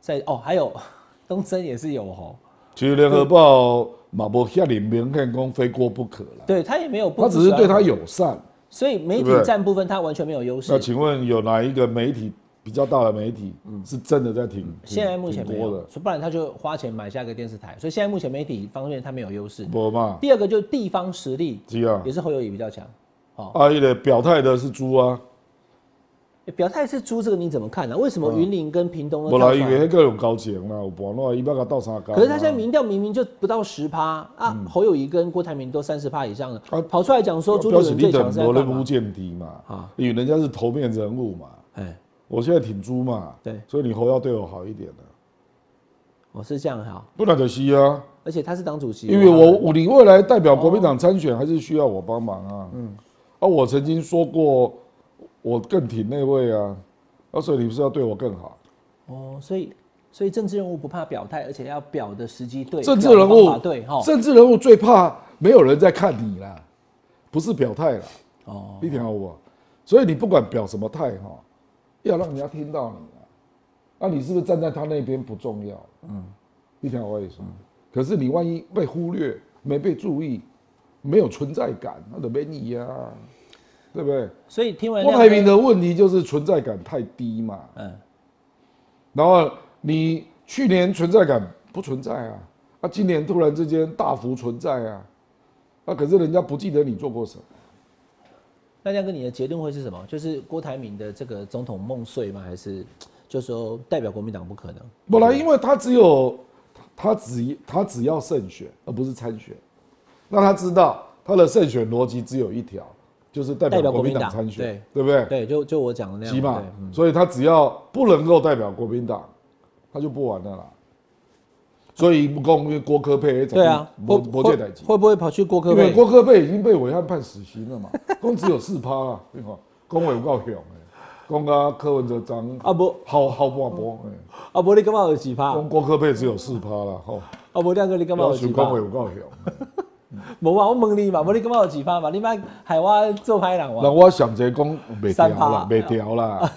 B: 在哦，还有 <laughs> 东森也是有猴，
C: 其实联合报马博下里明显讲非锅不可了，
B: 对他也没有不，
C: 他只是啊对他，友善。
B: 所以媒体
C: 对不对
B: 占部分他完全没有优势
C: 那。请问有哪一个媒体比较大的媒体是真的在挺？挺
B: 嗯现在目前没
C: 挺锅
B: 有，
C: 的，
B: 所以不然他就花钱买下一个电视台，所以现在目前媒体方面他没有优势。
C: 不嘛，
B: 第二个就是地方实力
C: 基啊
B: 也，是侯友谊比较强。哦，
C: 啊，一个表态的是猪啊。
B: 欸表态是猪这个你怎么看呢、为什么
C: 嗯
B: 云林跟屏东都跳
C: 无啦，
B: 出
C: 因为
B: 来？
C: 迄个有交情啦，有盘落，伊要甲斗相共。
B: 可是他现在民调明明就不到十趴啊，侯友谊跟郭台铭都三十趴以上了，
C: 嗯啊
B: 跑出来讲说朱
C: 表
B: 立
C: 示
B: 伦
C: 你
B: 最强
C: 等
B: 是在
C: 罗
B: 干
C: 人物
B: 嘛？
C: 见敌嘛
B: 啊，
C: 因为人家是头面人物嘛。
B: 哎，
C: 我现在挺猪嘛，
B: 对
C: 所以你侯要对我好一点的、
B: 哦，是这样哈，
C: 不然就是啊，
B: 而且他是党主席，
C: 因为我我你未来代表国民党参选，还是需要我帮忙啊。嗯，啊，我曾经说过，我更挺那位啊，啊，所以你是要对我更好。
B: 哦，所以所以政治人物不怕表态，而且要表的时机对，
C: 政治人
B: 表的
C: 物
B: 方法对哈，
C: 政治人物最怕没有人在看你啦，不是表态啦，
B: 哦，
C: 你听好不？所以你不管表什么态哈，要让人家听到你啦。那、你是不是站在他那边不重要？嗯，你听好我意思吗。可是你万一被忽略、没被注意、没有存在感，那就没你呀、对不对？
B: 所以听完
C: 郭
B: 亮
C: 台铭
B: 哥，
C: 的问题就是存在感太低嘛。
B: 嗯，
C: 然后你去年存在感不存在啊，啊，今年突然之间大幅存在啊，啊，可是人家不记得你做过什么。
B: 那亮哥你的结论会是什么？就是郭台铭的这个总统梦碎吗？还是就说代表国民党不可能？
C: 本来因为他只有他只他只要胜选，而不是参选，那他知道他的胜选逻辑只有一条，就是代
B: 代表
C: 表
B: 国
C: 国
B: 民
C: 民
B: 党
C: 党参选，
B: 对
C: 对不对？
B: 对，就哎就我讲的那
C: 起
B: 样，
C: 码
B: 对，嗯
C: 所以他只要不能够代表国民党，他就不玩了啦。所以不公，因为郭科佩也
B: 对啊，
C: 国
B: 会
C: 国界代
B: 会
C: 级。
B: 会不会跑去郭科
C: 因为
B: 会？
C: 郭科贝已经被伟汉判死刑了嘛， <laughs> 公只有四趴啦，你看，公伟有够凶的，公啊柯文哲张
B: 啊不
C: 好好半波，哎
B: 啊不，你干嘛有几趴？
C: 公郭科贝只有四趴啦，吼，
B: 啊不，亮哥你干嘛
C: 要
B: 有几
C: 求
B: 趴
C: 公？伟有够凶。
B: 无啊，我问你嘛，无你感觉有几趴嘛？你莫害我做歹人哇！
C: 那我想者讲袂调
B: 三趴
C: 啦，袂调啦，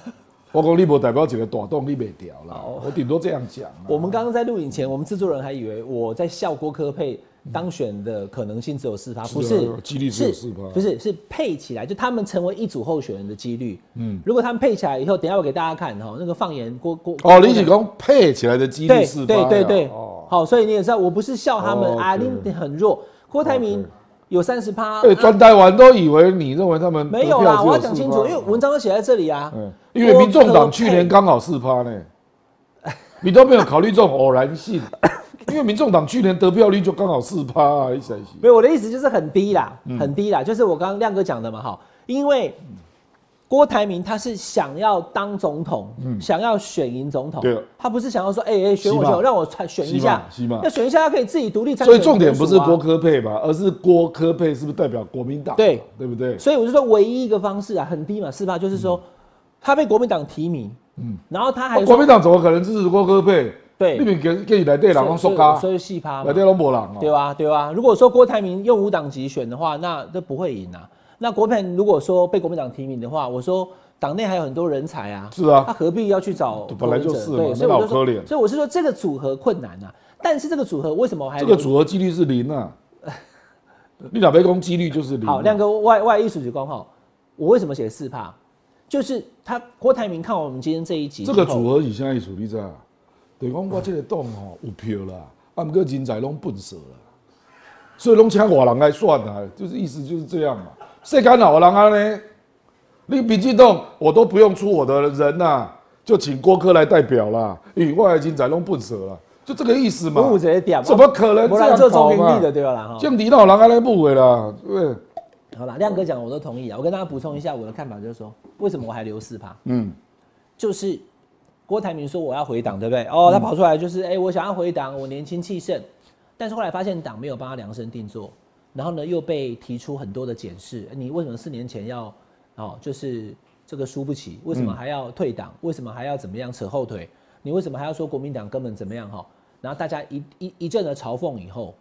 C: 我讲你无代表一个大党，你袂调啦，
B: 哦
C: 我顶多这样讲啦。
B: 我们刚刚在录影前，我们制作人还以为我在笑郭科配当选的可能性只有四趴，不
C: 是
B: 是
C: 啊，几率只有4%
B: 是不是是配起来，就他们成为一组候选人的几率。嗯，如果他们配起来以后，等一下我给大家看哈，那个放言郭郭
C: 哦，你是讲配起来的几率
B: 对
C: 四趴
B: 对
C: 啦，
B: 对对
C: 哦，，
B: 好，所以你也知道，我不是笑他们
C: 哦
B: 啊，
C: OK 哦
B: 你很弱，郭台铭
C: OK
B: 有三十趴，
C: 对，
B: 啊
C: 专台湾都以为你认为他们
B: 没有
C: 得票
B: 啦，
C: 只
B: 我要
C: 4%
B: 讲清楚，因为文章都写在这里啊
C: 嗯，，因为民众党去年
B: 郭科配
C: 刚好四趴呢，你都没有考虑这种偶
B: <laughs>
C: 然性，因为民众党去年得票率就刚好四趴啊，一闪息
B: 没有，我的意思就是很低啦，
C: 嗯
B: 很低啦，就是我刚刚亮哥讲的嘛，哈，因为郭台铭他是想要当总统，想要选赢总统，
C: 嗯对了
B: 他不是想要说，哎、哎、选我
C: 是嘛
B: 选我，让我参选一下
C: 是嘛是嘛，
B: 要选一下，他可以自己独立参选
C: 所以重点不是
B: 总统
C: 郭
B: 啊，
C: 科配吧，而是郭科配是不是代表国民党？
B: 对，
C: 对不对？
B: 所以我就说唯一一个方式啊，很低嘛，是吧？就是说、他被国民党提名，嗯，然后他还
C: 啊
B: 说
C: 嗯国民党怎么可能支持郭科配？
B: 对
C: 你们给给你来对人讲说
B: 所以
C: 咖，
B: 所以戏趴嘛
C: 来，对拢无人哦
B: 对。吧？对吧？如果说郭台铭用无党籍选的话，那这不会赢啊。那郭台铭如果说被国民党提名的话，我说党内还有很多人才啊，
C: 是啊
B: 他何必要去找
C: 本来就是
B: 柯文哲对，
C: 嘛
B: 所以我就
C: 那老
B: 说，
C: 可怜
B: 所以我是说这个组合困难啊。但是这个组合为什么我还
C: 这个
B: 留
C: 组合几率是
B: <laughs>
C: 零啊，你哪边攻几率就是零啊。
B: 好亮哥外外艺术局光哈，我为什么写四怕？就是他郭台铭看完我们今天这一集之后，
C: 这个组合是啥意思？你知道？就是讲我这个党吼有票啦，啊，毋过人才拢笨死啦，所以拢请外人来选啊，就是意思就是这样嘛。世间老人安呢？你民进党我都不用出我的人呐、就请郭科来代表啦，因为外来人才拢笨死啦，就这个意思嘛。
B: 我有一个点
C: 怎么可能
B: 啊不
C: 这
B: 然
C: 样
B: 做中
C: 搞
B: 评
C: 嘛
B: 力的？对吧？啦哈。
C: 像李老人安尼不会啦，对不对？
B: 好啦，亮哥讲的我都同意啊。我跟大家补充一下我的看法，就是说为什么我还留四趴？
C: 嗯，
B: 就是郭台铭说我要回党，对不对？
C: 嗯
B: 哦，他跑出来就是哎、我想要回党，我年轻气盛，但是后来发现党没有帮他量身定做，然后呢又被提出很多的检视，哎你为什么四年前要哦就是这个输不起，为什么还要退
C: 嗯
B: 党，为什么还要怎么样扯后腿，你为什么还要说国民党根本怎么样哈？然后大家一一一阵的嘲讽以后，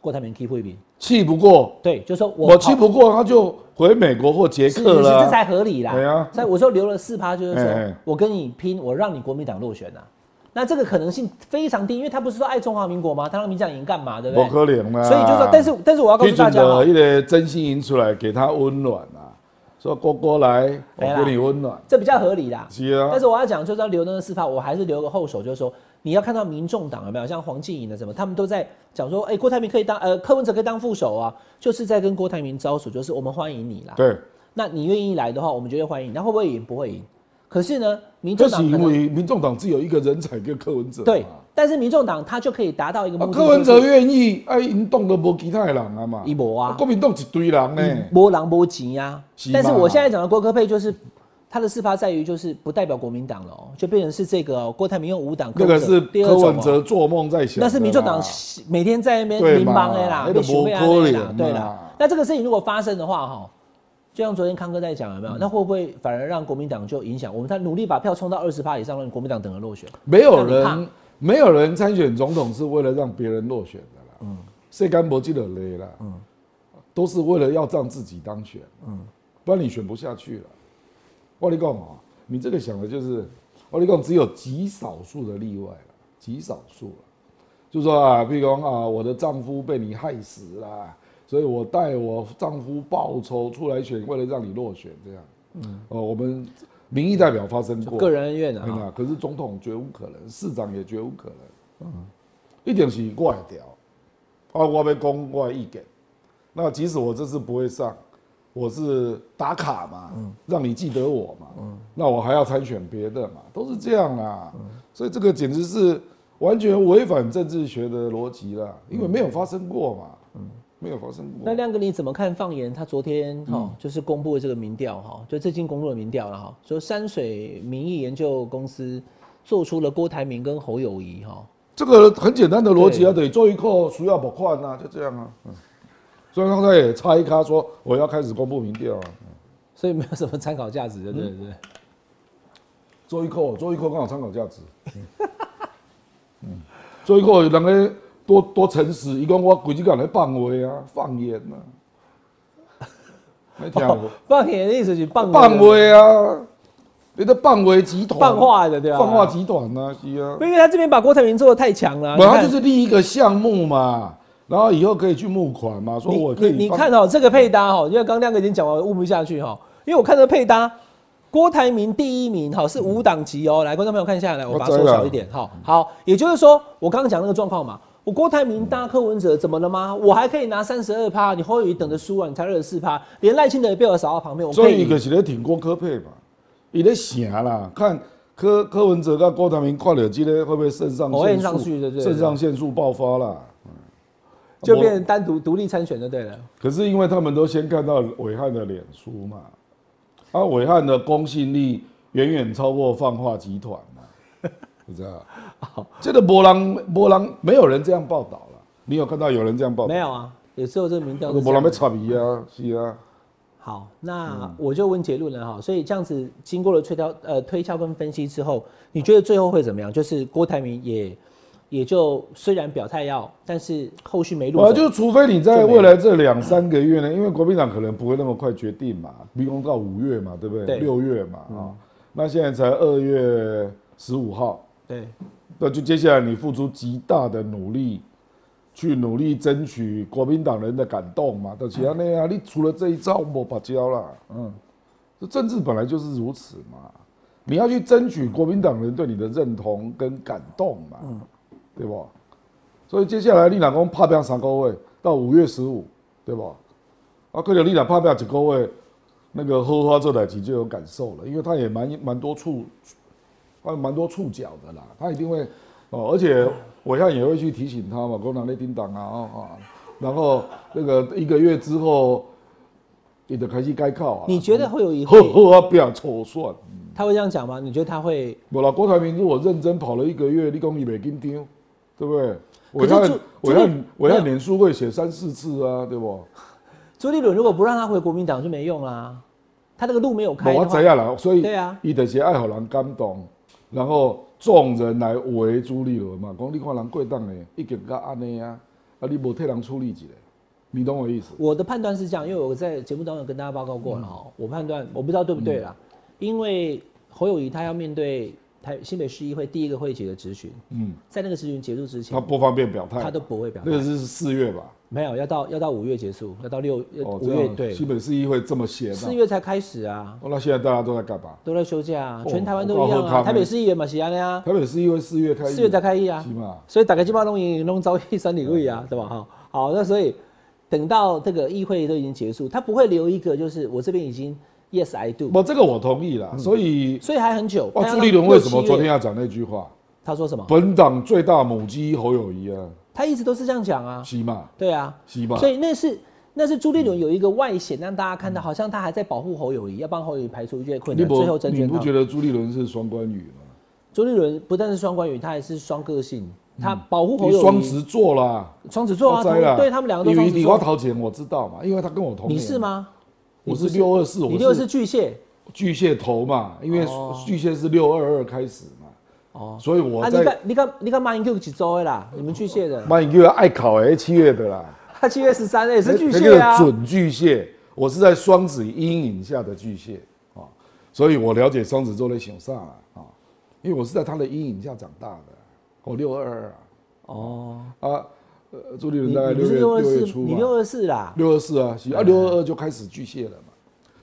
B: 郭台铭 keep 会赢，
C: 气不过，
B: 对，就说我
C: 我
B: 跑
C: 气不过，他就回美国或捷
B: 是是
C: 克
B: 是，
C: 啦。
B: 这才合理啦。
C: 对啊
B: 所以我说留了四趴，就是
C: 哎
B: 说
C: 哎
B: 我跟你拼，我让你国民党落选啊。那这个可能性非常低，因为他不是说爱中华民国吗？他让民进党赢干嘛？对不
C: 不
B: 对？
C: 可啊能啦。
B: 所以就说，但是但是我要告诉大家哦
C: 一个真心引出来，给他温暖啊，说哥哥来，
B: 哎呀
C: 我给你温暖。
B: 这比较合理啦。
C: 是啊
B: 但是我要讲，就是要留那个四趴，我还是留个后手，就是说你要看到民众党有没有像黄静颖的什么，他们都在讲说，哎、郭台铭可以当呃柯文哲可以当副手啊，就是在跟郭台铭招手，就是我们欢迎你啦。
C: 对，
B: 那你愿意来的话，我们绝对欢迎你。那会不会赢？不会赢。可是呢，民
C: 这
B: 众党
C: 是
B: 可
C: 因
B: 能
C: 为民众党只有一个人才跟柯文哲嘛。
B: 对，但是民众党他就可以达到一个目
C: 啊，
B: 的，
C: 柯文哲愿意，哎，引动都无其他的人啊嘛。
B: 他没啊
C: 国民党一堆人呢。
B: 波狼波吉呀啊
C: 是。嘛
B: 但是我现在讲的郭科佩就是，他的事发在于就是不代表国民党了、哦，就变成是这个、哦、郭台铭用五党
C: 那个是
B: 第二
C: 柯
B: 种、
C: 文
B: 哦
C: 哲，做梦在想的啦，
B: 那是民进党每天在那边
C: 对
B: 民
C: 嘛
B: 帮的啦，
C: 那就
B: 被熊
C: 不
B: 被
C: 可
B: 安的啦
C: 能，
B: 对
C: 嘛
B: 啦。那这个事情如果发生的话哈，就像昨天康哥在讲有没
C: 嗯
B: 有？那会不会反而让国民党就影响我们？他努力把票冲到二十趴以上，让国民党等着落选。
C: 没有
B: 让你
C: 人没有人参选总统是为了让别人落选的啦。嗯，谁干搏记得累啦。嗯，都是为了要让自己当选。嗯，不然你选不下去了。我跟你讲啊，你这个想的就是，我跟你讲，只有极少数的例外了，极少数了。就说啊，譬如讲啊，我的丈夫被你害死啦，所以我代我丈夫报仇出来选，为了让你落选这样。嗯，哦，我们民意代表发生过，
B: 个人恩怨啊
C: 哎，呀，可是总统绝无可能，市长也绝无可能，嗯，一定是我的调，啊，我要讲我的意见。那即使我这次不会上，我是打卡嘛，让你记得我嘛，那我还要参选别的嘛，都是这样啊啦。所以这个简直是完全违反政治学的逻辑啦，因为没有发生过嘛，没有发生过。
B: 那亮哥你怎么看放言？他昨天哈、
C: 嗯
B: 就是公布了这个民调哈，就最近公布的民调了哈，说山水民意研究公司做出了郭台铭跟侯友谊哈，
C: 这个很简单的逻辑啊，
B: 对
C: 得做一个需要拨款啊，就这样啊。嗯，所以刚才也插一咖说我要开始公布民调啊，
B: 所以没有什么参考价值的，对不对？
C: 嗯做一扣，做一扣刚好参考价值。嗯，做一扣人家多多诚实，伊讲我规矩讲来放话啊，放言啊，没听过。
B: 放言的意思是 <laughs> 放
C: 棒威啊，你的棒威集团，
B: 放话啊的对吧？
C: 放话集团呢、啊，是啊，
B: 因为他这边把郭台铭做的太强了、啊，
C: 本来
B: 你
C: 就是第一个项目嘛，然后以后可以去募款嘛，说
B: 看
C: 我可以
B: 你你你
C: 帮
B: 看哦，这个配搭哦，因为刚刚亮哥已经讲完，我悟不下去哈、哦，因为我看这个配搭。郭台铭第一名，哈是无党籍哦。来，观众朋友看下来，我把它
C: 我知
B: 缩
C: 道
B: 小一点，哈。好，也就是说，我刚刚讲那个状况嘛，我郭台铭搭柯文哲怎么了吗？我还可以拿三十二趴，你侯友宜等着输啊，你才二十四趴，连赖清德也被我扫到旁边，我
C: 所
B: 可
C: 以
B: 以
C: 伊就是咧挺郭科配嘛，伊咧想啦，看柯柯文哲跟郭台铭看了这个会不会肾上
B: 哦
C: 腺
B: 会
C: 素
B: 上去的对
C: 肾上腺素爆发啦。
B: 就变成单独独立参选就对了。
C: 可是因为他们都先看到伟汉的脸书嘛，啊，伟汉的公信力远远超过放话集团嘛，是这样。
B: <laughs>
C: 这个波浪波浪没有人这样报道了，你有看到有人这样报道？
B: 没有啊，也只有这个民调是
C: 波
B: 这样
C: 浪
B: 的
C: 被插鼻啊，是啊。
B: 好，那我就问结论了哈。所以这样子经过了推敲、呃推敲跟分析之后，你觉得最后会怎么样？就是郭台铭也也就虽然表态要，但是后续没路走。
C: 啊，就除非你在未来这两三个月呢，因为国民党可能不会那么快决定嘛，比如到五月嘛，对不
B: 对
C: 对？六月嘛，啊、那现在才二月十五号，
B: 对
C: 那就接下来你付出极大的努力，去努力争取国民党人的感动嘛，但其他那啊样，你除了这一招，我把交啦，嗯，这政治本来就是如此嘛，你要去争取国民党人对你的认同跟感动嘛，对不？所以接下来你老公拍拼三个月，到五月十五，对吧？啊，可能你俩拍拼一个月，那个荷花这台棋就有感受了，因为他也蛮蛮多触，他有蛮多触角的啦，他一定会哦，而且我现在也会去提醒他嘛，国民党内叮当啊哦啊，然后那个一个月之后，你的开始该靠啊，
B: 你觉得会有
C: <laughs>
B: 以
C: 荷
B: 后
C: 荷花啊不要抽算。
B: 他会这样讲吗？你觉得他会？
C: 我啦，郭台铭如果认真跑了一个月，你讲伊袂紧张，对不对？
B: 可
C: 我
B: 是
C: 看
B: 朱朱
C: 我
B: 立
C: 看我
B: 没
C: 看
B: 有
C: 脸书会写三四次啊，对不？
B: 朱立伦如果不让他回国民党就没用啦、他这个路没有开的
C: 我
B: 话
C: 知，影啦，所以
B: 对啊
C: 伊就是爱互人感动，然后众人来围朱立伦嘛，讲你看人过档诶，已经甲安尼啊，啊你无替人处理一下，你懂我意思？
B: 我的判断是这样，因为我在节目当中有跟大家报告过了
C: 嗯
B: 哈、我判断我不知道对不对啦，因为侯友谊他要面对台新北市议会第一个会期的质询，嗯，在那个质询结束之前
C: 他，不方便表态，
B: 他都不会表
C: 那个
B: 态，
C: 是四月吧？
B: 没有要到要到五月结束，要到六呃
C: 哦，
B: 五、
C: 这
B: 月
C: 样
B: 对
C: 西北市议会这么写的
B: 四，月才开始啊，
C: 哦那现在大家都在干嘛？
B: 都在休假啊，
C: 哦
B: 全台湾都一样
C: 我
B: 啊，
C: 靠
B: 台北市议员嘛是安尼啊，
C: 台北市议会四月开议，
B: 四月才开议啊
C: 是，嘛？
B: 所以大概基本上弄赢弄招一三里位
C: 嗯
B: 啊，对吧？哈，好，那所以等到这个议会都已经结束，他不会留一个就是我这边已经 yes I do，
C: 不，这个我同意
B: 嗯
C: 啦，所以
B: 所以还很久。
C: 哇，
B: 他要
C: 朱
B: 到
C: 立伦为什
B: 六
C: 么
B: 七月
C: 昨天要讲那句话？
B: 他说什么？
C: 本党最大母鸡侯友谊啊，
B: 他一直都是这样讲啊，
C: 西嘛
B: 对啊，
C: 西嘛
B: 所，以那是那是朱立
C: 嗯
B: 伦有一个外显，让大家看到好像他还在保护侯友谊，要帮侯友谊排除一些困
C: 你
B: 难，
C: 不
B: 最后争
C: 你
B: 取
C: 不
B: 到。
C: 觉得朱立伦是双关羽吗？
B: 朱立伦不但是双关羽，他还是双个性，他保护侯
C: 嗯你
B: 友谊。
C: 双子座啦，
B: 双子座啊，
C: 我知
B: 同
C: 啦
B: 对他们两个都
C: 因
B: 双
C: 为
B: 子
C: 李花
B: 座。
C: 桃钱我知道嘛，因为他跟我同
B: 你
C: 年。
B: 是？吗？
C: 我是
B: 你不
C: 六二四，我
B: 你六是巨蟹，
C: 巨蟹头嘛，因为巨蟹是六二二开始嘛，
B: 哦
C: 哦，所以我
B: 啊，你
C: 在
B: 看你看你看马英九几周的啦？你们巨蟹的，
C: 马影月爱考哎、七月的啦，
B: 他七月十三也是巨
C: 那那
B: 蟹
C: 个
B: 啊。
C: 准巨蟹，我是在双子阴影下的巨蟹啊、所以我了解双子座的想上啊啊，因为我是在他的阴影下长大的，我六二二啊
B: 哦，
C: 啊，呃朱立
B: 你
C: 伦大概
B: 你不
C: 六
B: 是
C: 月
B: 六二
C: 六月
B: 四，
C: 初
B: 你
C: 嘛
B: 六二四啦。
C: 六二四啊，是啊，六二二就开始巨蟹了嘛。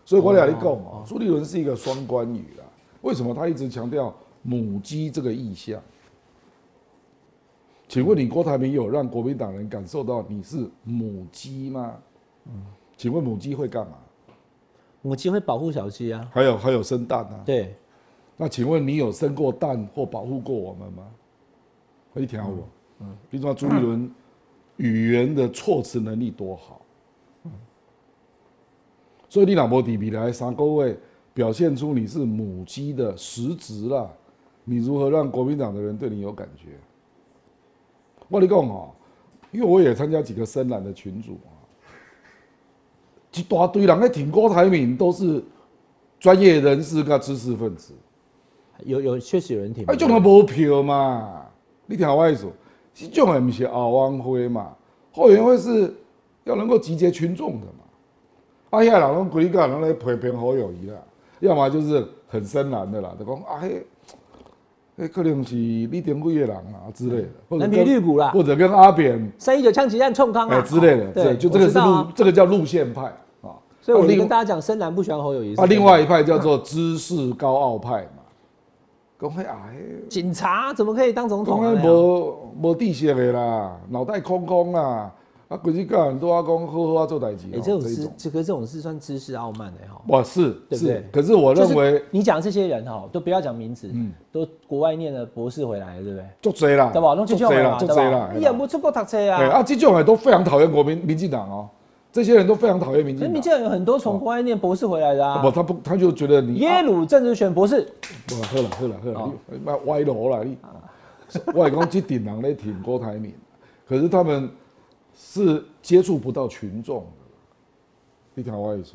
C: 所以我俩一共哦，朱立伦是一个双关羽啦。为什么他一直强调母鸡这个意象？请问你郭台铭有让国民党人感受到你是母鸡吗？请问母鸡会干嘛？
B: 母鸡会保护小鸡啊。
C: 还有还有生蛋啊？
B: 对，
C: 那请问你有生过蛋或保护过我们吗？一条我，嗯，比如说朱立伦语言的措辞能力多好，嗯所以你老婆底比来三个位表现出你是母鸡的实质啦，你如何让国民党的人对你有感觉？我跟你讲哦，因为我也参加几个深蓝的群组啊，一大堆人在挺郭台铭，都是专业人士跟知识分子。
B: 有有确实有人挺。
C: 啊，这种无票嘛，你听我意思，这种的不是后援会嘛，后援会是要能够集结群众的嘛。啊，遐人拢规个人咧批评好友谊啦，要么就是很深蓝的啦，就讲啊，迄迄可能是你点几个人啊之类的，或者
B: 蓝皮
C: 跟
B: 绿股啦
C: 或者跟阿扁
B: 三一九枪击战冲康
C: 哎、
B: 啊
C: 之类的，对，就这个
B: 我知
C: 是
B: 道
C: 路
B: 啊，
C: 这个叫路线派啊。
B: 所以我
C: 啊
B: 就
C: 另
B: 跟大家讲，深蓝不喜欢侯友谊。
C: 啊，另外一派叫做知识高傲派嘛，讲迄啊，迄。
B: 警察怎么可以当总
C: 讲
B: 统啊？
C: 诶，
B: 那样
C: 无无知识的啦，脑袋空空啦，啊，规日教人都要讲好好啊做代志、
B: 哎，
C: 哦
B: 这种
C: 一
B: 是这个这种是算知识傲慢的哈。
C: 哇是
B: 对不对
C: 是，可是我认
B: 就
C: 为嗯
B: 是你讲这些人哈，都不要讲名字，都国外念了博士回来了，对不对？
C: 做贼啦，
B: 对吧？弄去
C: 足
B: 教
C: 侪
B: 育
C: 啦，
B: 嘛，
C: 做
B: 啊对吧
C: 贼啦？，
B: 你也不出国读册
C: 哎
B: 啊。
C: 啊，这种人都非常讨厌国民民进党哦，这些人都非常讨厌民
B: 所以民
C: 进党。
B: 进党有很多从国外念博士回来的啊
C: 不，，他不，他就觉得你
B: 耶鲁政治学博士，
C: 不啦，好啦，好啦，好啦，你卖歪楼啦！你， <laughs> 我是讲这顶人咧挺郭台铭，可是他们是接触不到群众的，你听我意思，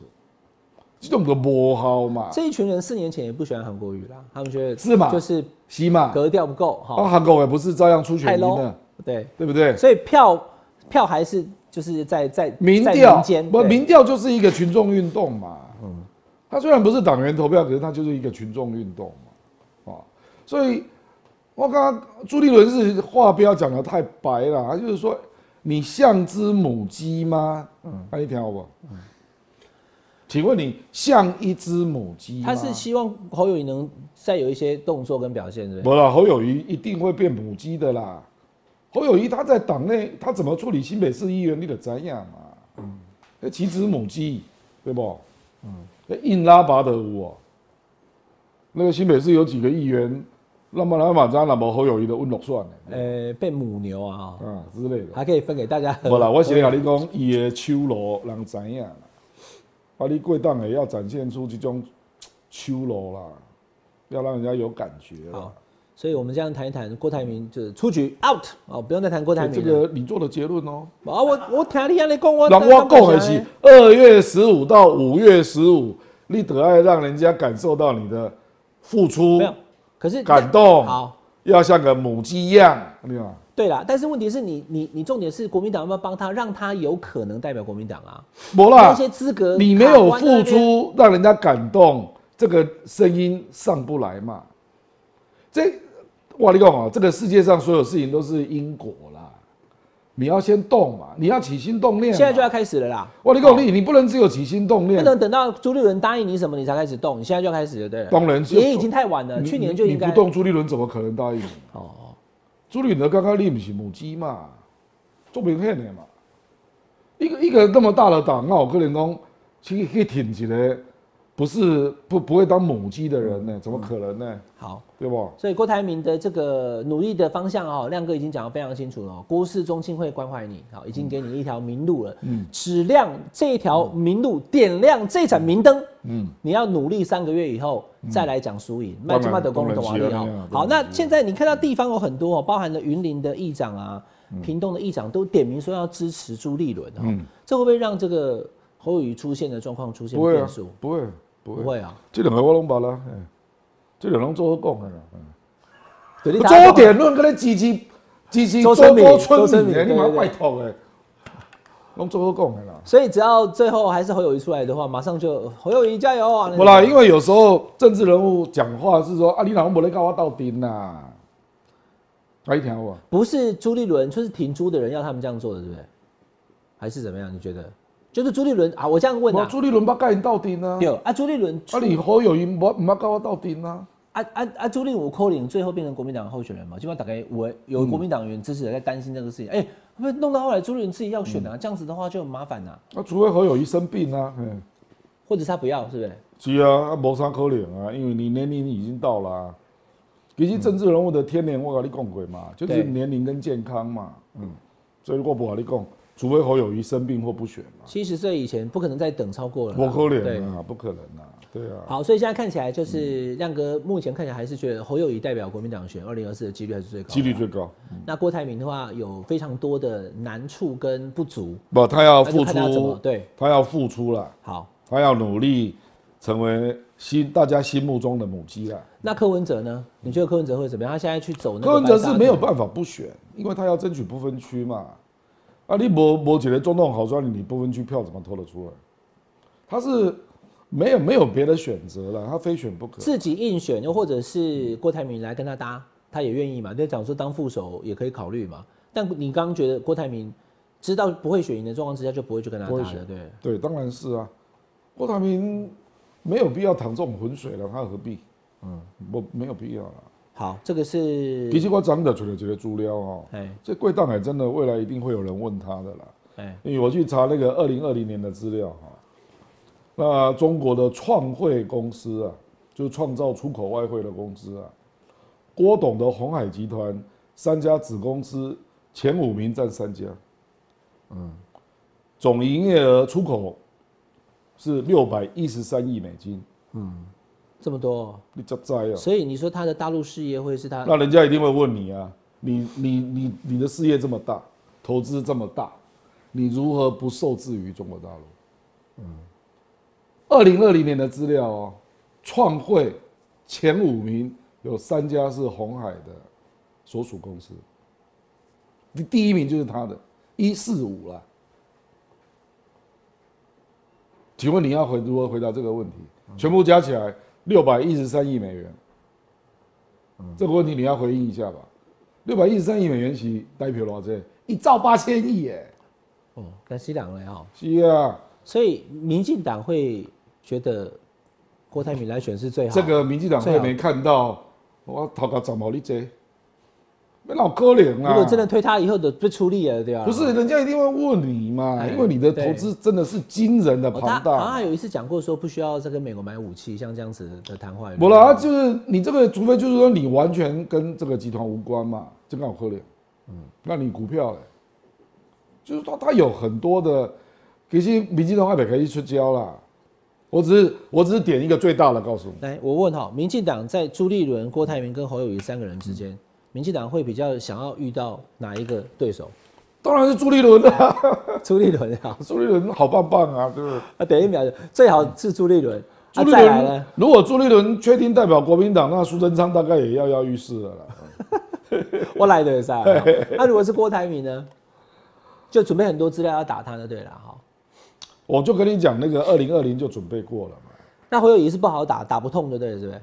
C: 这种个无效嘛，
B: 这一群人四年前也不喜欢韩国瑜啦，他们觉得
C: 啊是嘛
B: 就是
C: 是嘛？
B: 格调不够哈，
C: 啊，韩国也不是照样出
B: 太
C: 选赢
B: low
C: 的，。
B: 对，
C: 对不对？
B: 所以票票还是就是在在
C: 民
B: 在
C: 调
B: 民间，
C: 不，
B: 对
C: 民调啊就是一个群众运动嘛。嗯，它虽然不是党员投票，可是它就是一个群众运动嘛。啊，所以我刚刚朱立伦是话不要讲的太白了，他就是说你像只母鸡吗？嗯，那、你听好不好？请问你像一只母鸡吗？
B: 他是希望侯友谊能再有一些动作跟表现，对不
C: 不啦，侯友谊一定会变母鸡的啦。侯友谊他在党内他怎么处理新北市议员，你得怎样嘛？嗯，那岂止母鸡，对不？嗯，硬拉拔的我、那个新北市有几个议员，那么来马扎那么侯友谊的温柔算呢？
B: 对？呃，被母牛啊，哈
C: 啊之
B: <laughs>
C: 类的。
B: 还可以分给大家。
C: 无啦，我先甲你讲，伊的手路人知影啦。啊，你过档也要展现出这种手路啦，要让人家有感觉啦
B: 好。，所以我们这样谈一谈，郭台铭就是出局 out 哦，不用再谈郭台
C: 欸
B: 铭
C: 这
B: 了。
C: 个你做的结论哦。
B: 啊，我我听你安尼讲，我
C: 那我讲的
B: 啊
C: 是，二月十五到五月十五，你得爱让人家感受到你的付出
B: 没、有，可是
C: 感动，
B: 好，
C: 要像个母鸡一样，你看，
B: 对啦，但是问题是你你你重点是国民党要不要帮他，让他有可能代表国民党啊？
C: 没
B: 那
C: 啦，
B: 些资格
C: 你没有
B: 卡关在那
C: 付
B: 边，
C: 出，让人家感动，这个声音上不来嘛。这我跟你讲啊，这个世界上所有事情都是因果啦，你要先动嘛，你要起心动念嘛。
B: 现在就要开始了啦。
C: 我跟你讲，你你不能只有起心动
B: 不
C: 念，啊
B: 能等到朱立伦答应你什么你才开始动，你现在就要开始了，对了。
C: 当然就
B: 也已经太晚了，
C: 你
B: 呃去
C: 你
B: 年就
C: 你
B: 应该
C: 不。动朱立伦怎么可能答应你？
B: 哦，
C: 朱立伦刚刚你不是母鸡嘛，做明显的嘛。一个一个那么大的党，那我可能讲去去挺一个不是不不会当母鸡的人呢、
B: 嗯
C: 怎么可能呢、
B: 好，
C: 对不？
B: 所以郭台铭的这个努力的方向哦，亮哥已经讲得非常清楚了哦。郭氏中心会关怀你，好，已经给你一条明路了。嗯，只亮这条明路，点亮这盏明灯。嗯，你要努力三个月以后再来讲输赢，
C: 当然
B: 的功的瓦力
C: 嗯当然
B: 哦
C: 是啊。
B: 好，那现在你看到地方有很多哦，包含了云林的议长啊、
C: 嗯
B: 屏东的议长都点名说要支持朱立伦哦。这会不会让这个侯友谊出现的状况出现
C: 不会
B: 变
C: 啊
B: 数？，
C: 不会，不
B: 不
C: 会。
B: 会啊，
C: 这两个我拢捌啦，嘿这两个拢做好讲的啦。嗯
B: 对你
C: 周点论跟你支持支持
B: 周
C: 周
B: 春米
C: 周
B: 周
C: 春
B: 春米
C: 米的，你
B: 对
C: 妈
B: 对对
C: 拜托诶，拢做好讲的啦。
B: 所以只要最后还是侯友谊出来的话，马上就侯友谊加油啊！
C: 不啦，因为有时候政治人物讲话是说啊，你老公没来跟我斗阵呐，还听我
B: 不是朱立伦，就是挺朱的人要他们这样做的，对不对？还是怎么样？你觉得？就是朱立伦啊，我这样问
C: 我
B: 啊，
C: 朱立伦捌跟人斗阵啊，
B: 对啊，朱立伦
C: 啊你侯友谊不唔捌跟我斗阵啊，
B: 啊啊啊！朱立伦扣零，最后变成国民党候选人嘛？基本上大概我有国民党员支持者在担心这个事情，哎、会不会弄到后来朱立伦自己要选
C: 嗯
B: 啊？这样子的话就很麻烦呐、
C: 啊除非侯友谊生病啊，嗯，
B: 或者是他不要，是不是？
C: 是啊，啊无啥可能啊，因为你年龄已经到了、啊。其实政治人物的天年，我跟你讲过嘛，就是
B: 对
C: 年龄跟健康嘛，嗯，所以我不跟你讲，除非侯友谊生病或不选嘛，
B: 七十岁以前不可能再等超过了啦，
C: 不可
B: 对
C: 能啊，不可能啊，对啊，
B: 好，所以现在看起来就是
C: 嗯
B: 亮哥，目前看起来还是觉得侯友谊代表国民党选二零二四的几率还是最高的，嗯
C: 几率最高。
B: 那郭台铭的话有非常多的难处跟不足，
C: 不，他要
B: 那就
C: 付
B: 看他怎么
C: 出，
B: 对。
C: 他要付出了，
B: 好，
C: 他要努力成为心大家心目中的母鸡了。
B: 那柯文哲呢？你觉得柯文哲会怎么样？他现在去走那个
C: 柯文哲
B: 白沙
C: 是没有
B: 屯
C: 办法不选，因为他要争取不分区嘛。啊，你某某几个总统好酸，你不分区票怎么投得出来？他是没有没有别的选择了，他非选不可。
B: 自己应选，又或者是郭台铭来跟他搭，他也愿意嘛？就讲说当副手也可以考虑嘛。但你刚刚觉得郭台铭知道不会选赢的状况之下，就不会去跟他
C: 不会
B: 搭了，
C: 选
B: 对。
C: 对，当然是啊。郭台铭没有必要淌这种浑水了，他何必？嗯，我没有必要了。
B: 好，这个是
C: 其实我长者除了觉得猪料哦，
B: 哎
C: 这贵档海真的未来一定会有人问他的啦。
B: 哎
C: 因为我去查那个二零二零年的资料哈，那中国的创汇公司啊，就是创造出口外汇的公司啊，郭董的红海集团三家子公司前五名占三家，嗯，嗯总营业额出口是六百一十三亿美金，
B: 这么多哦，
C: 你这灾啊！
B: 所以你说他的大陆事业会是他
C: 那人家一定会问你啊，你你你你的事业这么大，投资这么大，你如何不受制于中国大陆？嗯，二零二零年的资料哦，创汇前五名有三家是红海的所属公司，你第一名就是他的，一四五啦。请问你要回如何回答这个问题？全部加起来六百一十三亿美元，这个问题你要回应一下吧。六百一十三亿美元起代表多少？一兆八千亿耶！
B: 哦，跟西党了哈。
C: 是啊，
B: 所以民进党会觉得郭台铭来选是最好。
C: 这个民进党
B: 最
C: 会
B: 好
C: 没看到，我头壳长毛你这，那老可怜啊！
B: 如果真的推他以后的被出力了，对吧、
C: 不是，人家一定会问你嘛，
B: 哎
C: 因为你的投资真的是惊人的
B: 哦，他
C: 庞
B: 好像
C: 大。
B: 有一次讲过说不需要再跟美国买武器，像这样子的谈话有没有。
C: 不啦，啊就是你这个，除非就是说你完全跟这个集团无关嘛，这个好可怜。嗯，那你股票嘞，就是说它有很多的，其实民进党还北可以出交啦。我只是我只是点一个最大的告诉你。
B: 来，我问哈，民进党在朱立伦、郭台铭跟侯友谊三个人之间，
C: 嗯
B: 民进党会比较想要遇到哪一个对手？
C: 当然是朱立伦啦、
B: 朱立伦啊，
C: <laughs> 朱立伦好棒棒啊，对不对？
B: 啊，等一秒，最好是朱立伦。
C: 朱
B: 啊，
C: 立
B: 再来
C: 伦
B: 呢？，
C: 如果朱立伦确定代表国民党，那苏贞昌大概也要要遇事了啦。
B: 我来的噻。那、如果是郭台铭呢？就准备很多资料要打他的，对了哈。
C: 我就跟你讲，那个二零二零就准备过了嘛。
B: 那侯友谊是不好打，打不痛，对不对？是不是？
C: 啊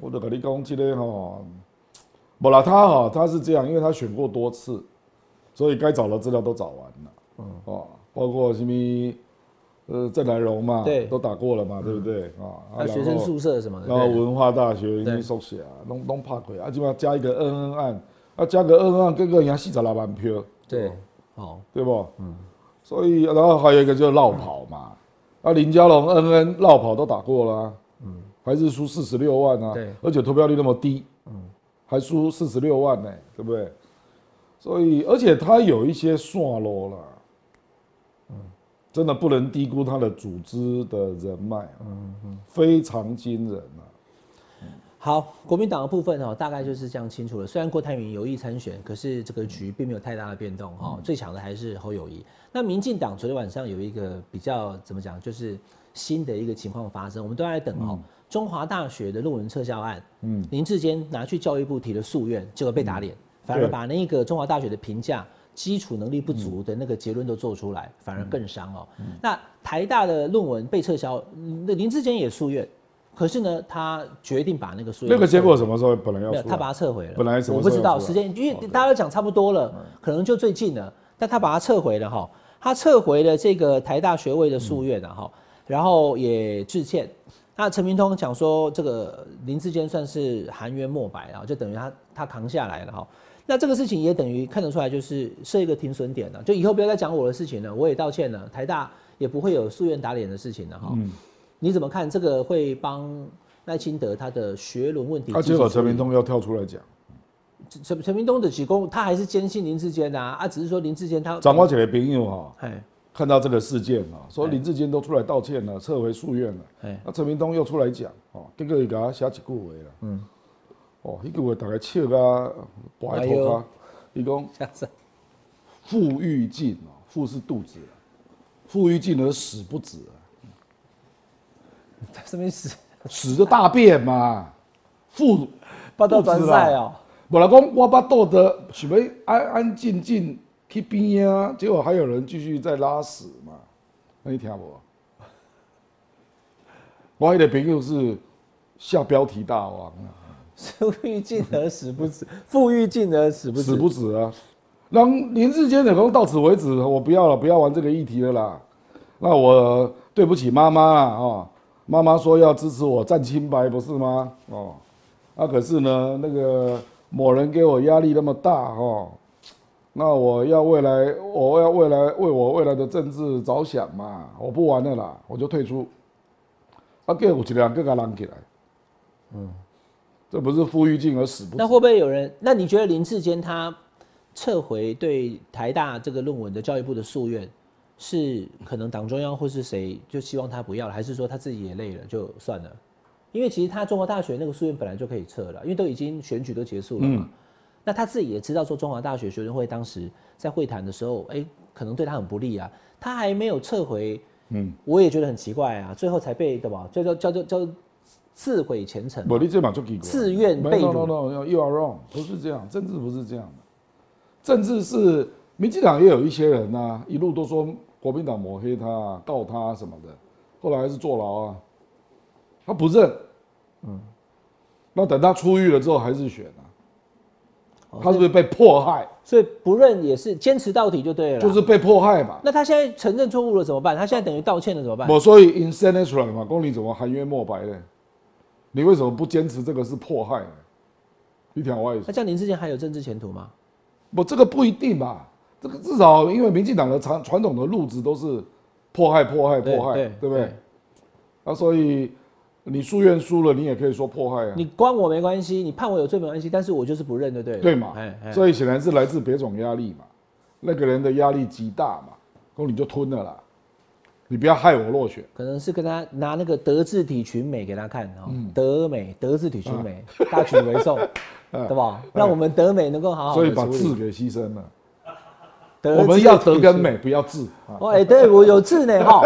C: 我就跟你讲，这个吼，不啦，他哈他是这样，因为他选过多次，所以该找的资料都找完了。嗯哦，包括什么呃郑南荣嘛，
B: 对
C: 都打过了嘛，对不对啊？啊
B: 那学生
C: 然后
B: 宿舍什么的，
C: 然后
B: 对
C: 文化大学
B: 对
C: 你缩写啊，拢拢拍过啊，即码加一个恩恩案，啊加个恩恩案，各个赢四十六万票，
B: 对，好，哦
C: 对不？嗯，所以然后还有一个就是绕跑嘛，啊，林佳龙、恩恩绕跑都打过了、啊，嗯，还是输四十六万啊，
B: 对
C: 而且投票率那么低，嗯，还输四十六万呢、对不对？所以，而且他有一些算落啦，嗯，
B: 嗯
C: 真的不能低估他的组织的人脉、嗯嗯，非常惊人啊。
B: 好，国民党的部分哦，大概就是这样清楚了。虽然郭台铭有意参选，可是这个局并没有太大的变动
C: 嗯
B: 哈、哦。最强的还是侯友谊。那民进党昨天晚上有一个比较怎么讲，就是新的一个情况发生，我们都在等
C: 嗯
B: 哦。中华大学的论文撤销案，嗯，林志坚拿去教育部提了诉愿，结果被打
C: 嗯
B: 脸，反而
C: 对
B: 把那个中华大学的评价。基础能力不足的那个结论都做出来，反而更伤哦。
C: 嗯
B: 那台大的论文被撤销，嗯那林志坚也诉愿，可是呢，他决定把那个诉愿
C: 那个结果什么时候本来要
B: 没有，
C: 出来？
B: 他把它撤回了。
C: 本来什么
B: 我不
C: 时
B: 知
C: 候
B: 道
C: 出来哦嗯
B: 时间，因为大家都讲差不多了，可能就最近了。但他把它撤回了哈，他撤回了这个台大学位的夙愿啊哈，然后也致歉。那陈明通讲说，这个林志坚算是含冤莫白啊，就等于他他扛下来了哈。那这个事情也等于看得出来，就是设一个停损点了、啊就以后不要再讲我的事情了，我也道歉了，台大也不会有夙愿打脸的事情了哈。
C: 嗯
B: 你怎么看这个会帮赖清德他的学伦问题？
C: 啊，结果陈明通又跳出来讲，
B: 陈陈明东的职工，他还是坚信林志坚啊，啊，只是说林志坚他，
C: 掌握起来朋友哈，
B: 哎
C: 看到这个事件啊，说林志坚都出来道歉了，撤回诉愿了，
B: 哎，
C: 那陈明通又出来讲哦，这个也给他写几句话啦，嗯，哦，一句话大概笑啊，白
B: 哎
C: 头
B: 呦
C: 啊，伊讲
B: 这样子，
C: 腹欲尽哦，腹是肚子啊，腹欲尽而屎不止啊，
B: 他这边是
C: 屎就大便嘛，腹
B: 报道专赛哦， <laughs>
C: 我老公，我把豆的什么安安静静去边啊，结果还有人继续在拉屎嘛，那你听我。 <laughs> 我还有一个朋友是下标题大王啊，
B: 富欲尽而死不
C: <laughs>
B: 止，富欲尽而死不
C: 死
B: 止，
C: 不止啊。然后林志坚老公到此为止，我不要了，不要玩这个议题了啦。那我对不起妈妈啦，哦，妈妈说要支持我站清白，不是吗？哦，啊，可是呢，那个某人给我压力那么大，哦，那我要未来，我要未来为我未来的政治着想嘛，我不玩了啦，我就退出。啊，给我一个人更加浪起来，嗯，这不是富裕尽而死不
B: 那
C: 止。
B: 会不会有人？那你觉得林志坚他撤回对台大这个论文的教育部的夙愿，是可能党中央或是谁就希望他不要了，还是说他自己也累了就算了？因为其实他中华大学那个夙愿本来就可以撤了，因为都已经选举都结束了
C: 嗯
B: 嘛。那他自己也知道说，中华大学学生会当时在会谈的时候，哎、可能对他很不利啊。他还没有撤回，嗯，我也觉得很奇怪啊。最后才被对吧？叫做叫做叫做自毁前程。
C: 我你这把就给
B: 自愿被
C: 没有
B: 辱
C: no no no，you are wrong，不是这样，政治不是这样的，政治是民进党也有一些人呐、一路都说国民党抹黑他、啊、告他、什么的，后来还是坐牢啊，他不认，嗯，那等他出狱了之后还是选啊，
B: 哦
C: 他是不是被迫害？
B: 所以不认也是坚持到底就对了啦。啊
C: 就是被迫害嘛。
B: 那他现在承认错误了怎么办？他现在等于道歉了怎么办？
C: 我所以 i n s e n a t i o n 嘛，公你怎么含冤莫白呢？你为什么不坚持这个是迫害呢？你听我意思
B: 那。这样林志坚还有政治前途吗？
C: 不，这个不一定吧。这个至少因为民进党的传传统的路子都是迫害、迫害、迫害，
B: 对
C: 对
B: 对
C: 不对？
B: 对
C: 那所以你诉愿输了，你也可以说迫害啊，
B: 你关我没关系，你判我有罪没关系，但是我就是不认就对了。
C: 对嘛
B: 哎？哎
C: 所以显然是来自别种压力嘛，那个人的压力极大嘛，那你就吞了啦，你不要害我落选。
B: 可能是跟他拿那个德智体群美给他看哦，
C: 嗯
B: 德美德智体群美，大局为
C: <laughs>
B: 重，对吧？让我们德美能够好好
C: 嗯所以
B: 的
C: 把
B: 处
C: 智
B: 理。
C: 给牺牲了，
B: 德
C: 我们
B: 智
C: 要
B: 体
C: 德
B: 群
C: 跟美，不要智啊。
B: 哦，哎、对我有智呢哈，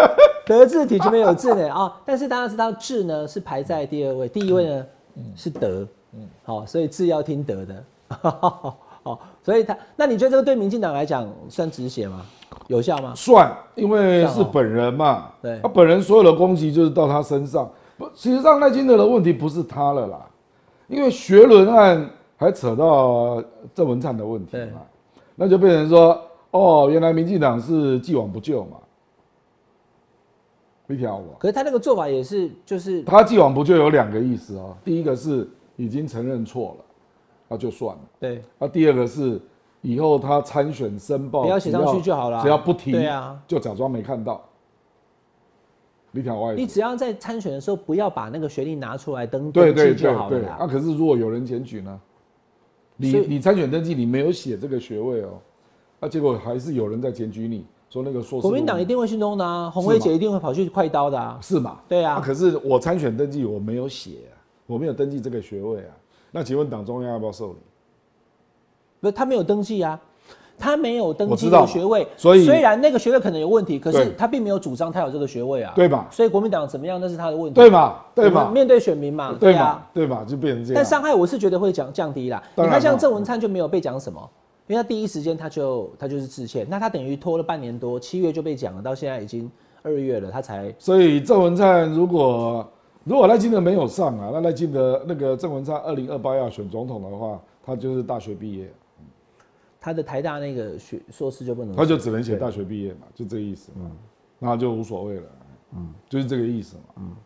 B: 德智体群美有智呢啊、但是大家知道智呢是排在第二位，第一位呢、是德，嗯，好、所以智要听德的，哦，所以他，那你觉得这个对民进党来讲算止血吗？有效吗？
C: 算，因为
B: 算
C: 是
B: 哦
C: 本人嘛。
B: 对
C: 他本人所有的攻击就是到他身上。不，其实让赖清德的问题不是他了啦，因为学伦案还扯到郑文灿的问题
B: 对
C: 嘛，那就变成说，哦，原来民进党是既往不咎嘛。你听我，
B: 可是他那个做法也是，就是
C: 他既往不咎有两个意思哦，第一个是已经承认错了，那就算了。
B: 对，
C: 那第二个是以后他参选申报，
B: 不要写上去就好啦
C: 只要不提，
B: 对啊
C: 就假装没看到。你看我也
B: 你
C: 是
B: 只要在参选的时候不要把那个学历拿出来登
C: 对
B: 登
C: 对
B: 记就好
C: 对
B: 了
C: 对。
B: 啦。
C: 啊，可是如果有人检举呢？你
B: 所以
C: 你参选登记你没有写这个学位哦，啊，结果还是有人在检举你说那个硕士论文。
B: 国民党一定会去弄的啊，红薇姐一定会跑去快刀的啊。
C: 是嘛？
B: 对啊
C: 可是我参选登记我没有写、啊，我没有登记这个学位啊。那请问党中央要不要受理？
B: 不是，他没有登记啊，他没有登
C: 我
B: 记
C: 知
B: 这
C: 道
B: 个学位，
C: 所以
B: 虽然那个学位可能有问题，可是
C: 对
B: 他并没有主张他有这个学位啊，
C: 对吧
B: 所以国民党怎么样那是他的问题，
C: 对嘛？对
B: 我们
C: 嘛？
B: 面对选民嘛，
C: 对
B: 啊。
C: 嘛？对嘛？就变成这样。
B: 但伤害我是觉得会降降低啦。你
C: 当然啊
B: 看，像
C: 啦
B: 郑文灿就没有被讲什么，因为他第一时间他就他就是致歉，那他等于拖了半年多，七月就被讲了，到现在已经二月了，他才
C: 所以郑文灿如果如果赖清德没有上啊，那赖清德那个郑文灿二零二八要选总统的话，他就是大学毕业，
B: 他的台大那个学硕士就不能
C: 他就
B: 写
C: 只能写大学毕业嘛，就这意思嘛，那就无所谓了，嗯，就是这个意思嘛，嗯，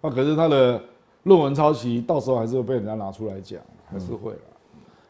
C: 那可是他的论文抄袭，到时候还是会被人家拿出来讲，还是会了。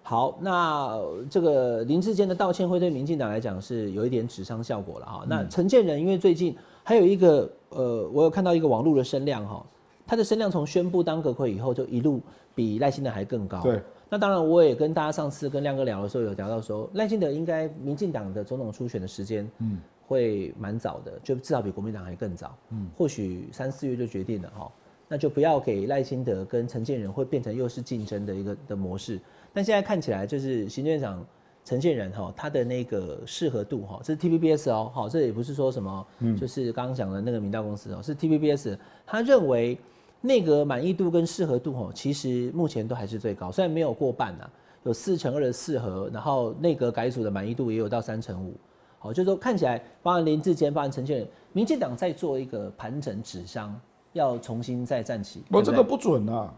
B: 好，那呃这个林志坚的道歉会对民进党来讲是有一点指伤效果了哈。那陈建仁因为最近还有一个呃，我有看到一个网络的声量哈，他的声量从宣布当阁魁以后就一路比赖清德还更高。
C: 对。
B: 那当然，我也跟大家上次跟亮哥聊的时候有聊到说，赖清德应该民进党的总统初选的时间，嗯，会蛮早的，就至少比国民党还更早，嗯，或许三四月就决定了哈。那就不要给赖清德跟陈建仁会变成又是竞争的一个的模式。但现在看起来，就是行政长陈建仁哈，他的那个适合度哈，这是 TPBS 哦，好，这也不是说什么，就是刚刚讲的那个民调公司哦，是 TPBS，他认为内阁满意度跟适合度哦，其实目前都还是最高，虽然没有过半啊，有四成二的适合，然后内阁改组的满意度也有到三成五。好，就是说看起来，包含林志坚，包含陈建仁，民进党在做一个盘整指伤，要重新再站起。
C: 我
B: 对
C: 这
B: 不
C: 个
B: 对
C: 不准啊，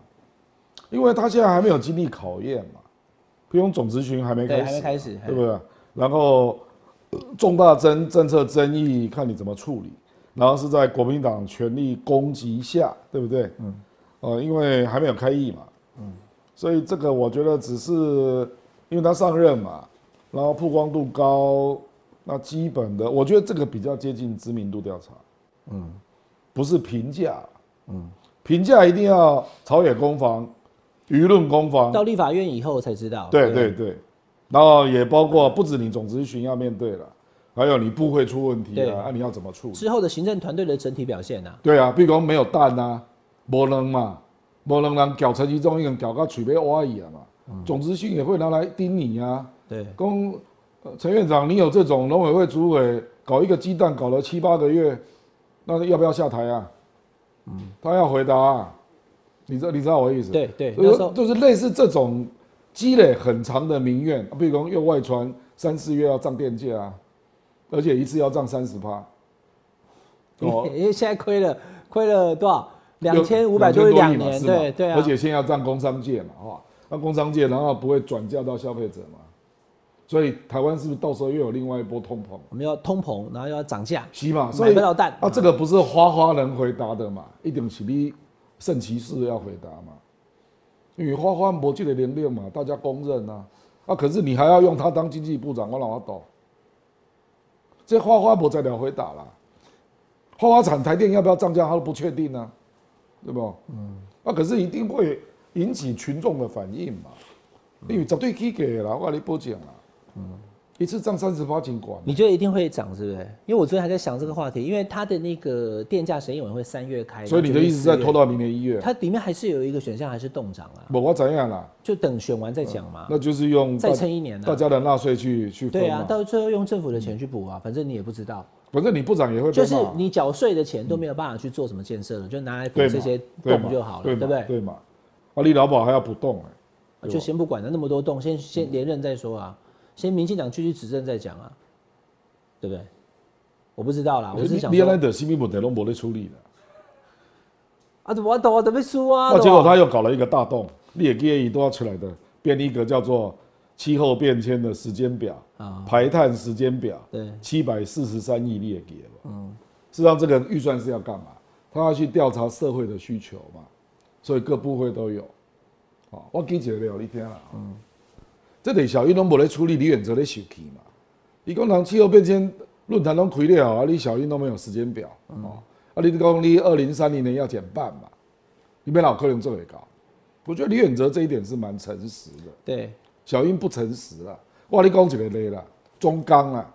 C: 因为他现在还没有经历考验嘛，譬如总咨询还没开
B: 对
C: 始，
B: 还没开始
C: 对不对？然后呃重大争政策争议，看你怎么处理。然后是在国民党全力攻击下，对不对？嗯，呃，因为还没有开议嘛，嗯，所以这个我觉得只是因为他上任嘛，然后曝光度高，那基本的，我觉得这个比较接近知名度调查，嗯，不是评价，嗯，评价一定要朝野攻防，舆论攻防，
B: 到立法院以后才知道。
C: 对对对，然后也包括不止你总咨询要面对了，还有你部会出问题
B: 对
C: 了，那、你要怎么处理？
B: 之后的行政团队的整体表现啊，
C: 对啊，比如讲没有蛋啊，无人嘛，无人人搞陈其中一个人搞到嘴被挖耳啊嘛，
B: 嗯
C: 总咨询也会拿来盯你啊，
B: 对，
C: 公呃陈院长，你有这种农委会主委搞一个鸡蛋搞了七八个月，那要不要下台啊？他要回答、啊，你知你知道我的意思？
B: 嗯对对
C: 所以
B: 那时
C: 说
B: 候
C: 就是类似这种积累很长的民怨，比如说又外传三四月要涨电价啊，而且一次要涨三
B: <laughs>
C: 十趴，
B: 因
C: 哦
B: 为因为现在亏了亏了多少？ <laughs> 两
C: 又
B: 千五百
C: 2500
B: 多亿
C: 嘛
B: 两年，
C: 是嘛
B: 对对啊。
C: 而且现在要占工商界嘛，哈，那工商界然后不会转嫁到消费者嘛，所以台湾是不是到时候又有另外一波通膨？
B: 我们要通膨，然后又要涨价，
C: 是嘛，啊所
B: 买
C: 以
B: 不到蛋
C: 啊，这个不是花花能回答的嘛，一定是你圣骑士要回答嘛，因为花花没这个能力嘛，大家公认啊，啊，可是你还要用他当经济部长，我老要懂，这花花不再了回答啦，花花产台电要不要涨价，他都不确定啊，对不？嗯，啊，可是一定会引起群众的反应嘛，因为绝对起价的啦，我跟你保证啊，嗯嗯，一次涨三十八斤管。
B: 你觉得一定会涨，是不是？因为我昨天还在想这个话题，因为它的那个电价审议委员会三月开，
C: 所以你的意思是在拖
B: 到？
C: 到明年一月？
B: 它里面还是有一个选项还是动涨啊，
C: 不，我怎样啦？
B: 就等选完再讲嘛。
C: 嗯那就是用
B: 再
C: 大
B: 撑一年啊
C: 大家的纳税去去分
B: 对啊
C: 嘛，。
B: 到最后用政府的钱去补啊，反正你也不知道，
C: 反正你部长也会被
B: 就
C: 骂
B: 是你缴税的钱都没有办法去做什么建设了，就拿来补
C: 对嘛
B: 这些
C: 对嘛
B: 洞就好了，
C: 对
B: 对
C: 嘛
B: 不对？
C: 对嘛，啊，你劳保还要不动哎，嗯对
B: 啊
C: 吧
B: 就先不管了那么多洞，先先连任再说啊，先民进党继续执政再讲啊，对不对？我不知道啦，我
C: 你
B: 是想
C: 你那
B: 说
C: 的新民问题都没得处理了，
B: 啊，我懂我怎么输啊？
C: 那
B: 对吧
C: 哦结果他又搞了一个大洞，你也建议都要出来的，编一个叫做气候变迁的时间表
B: 啊，
C: 排碳时间表，
B: 对
C: 七百四十三亿你也给了，嗯，事实上这个预算是要干嘛？他要去调查社会的需求嘛，所以各部会都有。哦，我记一个了，你听啦。嗯，这等小英拢无咧处理，李远哲咧受气嘛。伊讲人气候变迁论坛拢开了啊，李小英都没有时间表。哦，啊，啊，你讲你二零三零年要减半嘛，你别老柯林这么高。我觉得李远哲这一点是蛮诚实的，
B: 对，
C: 小英不诚实啊。哇，你讲起来累了，中钢啊，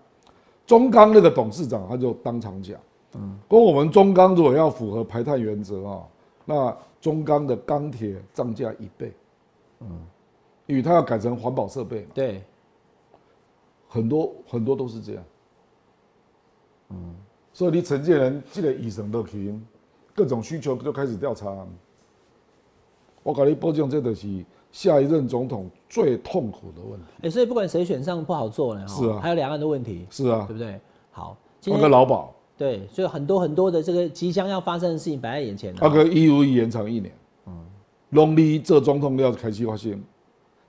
C: 中钢那个董事长他就当场讲，嗯，跟我们中钢如果要符合排碳原则啊、那中钢的钢铁涨价一倍，嗯，因为它要改成环保设备嘛。
B: 对，
C: 很多很多都是这样。嗯，嗯所以你承建人这个医生都去，各种需求就开始调查。我跟你保证，这就是下一任总统最痛苦的问题。
B: 哎、所以不管谁选上不好做呢，哈哦
C: 是啊
B: 还有两岸的问题，
C: 是啊
B: 对，不对？好，今
C: 那个
B: 天
C: 哦劳保，
B: 对，所以很多很多的这个即将要发生的事情摆在眼前、
C: 那
B: 啊。
C: 个义务 E 役延长一年，嗯，农历这总统要开始发现，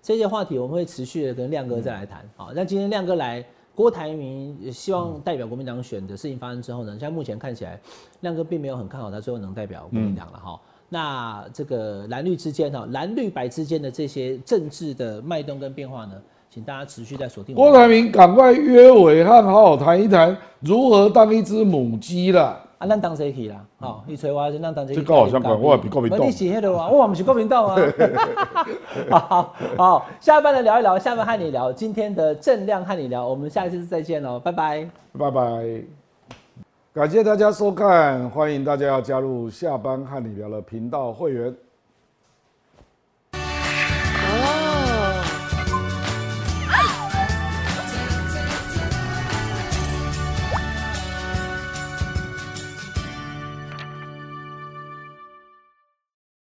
B: 这些话题我们会持续的跟亮哥再来
C: 嗯
B: 谈。好，那今天亮哥来，郭台铭也希望代表国民党选的事情发生之后呢，现在目前看起来，亮哥并没有很看好他最后能代表国民
C: 嗯
B: 党了哈。那这个蓝绿之间哈，蓝绿白之间的这些政治的脉动跟变化呢，请大家持续在锁定。
C: 郭台铭赶快约伟汉好好谈一谈如何当一只母鸡啦。
B: 啊，咱当谁去啦？哦，你催我，咱当谁去？
C: 嗯这跟我相关我也比国民党
B: 不你是迄个啊，我唔是国民党啊。
C: <laughs>
B: <laughs> 好好，下半的聊一聊，下半和你聊今天的正量和你聊，我们下一次再见喽，拜拜。
C: 拜拜。感谢大家收看，欢迎大家要加入下班和你聊的频道会员，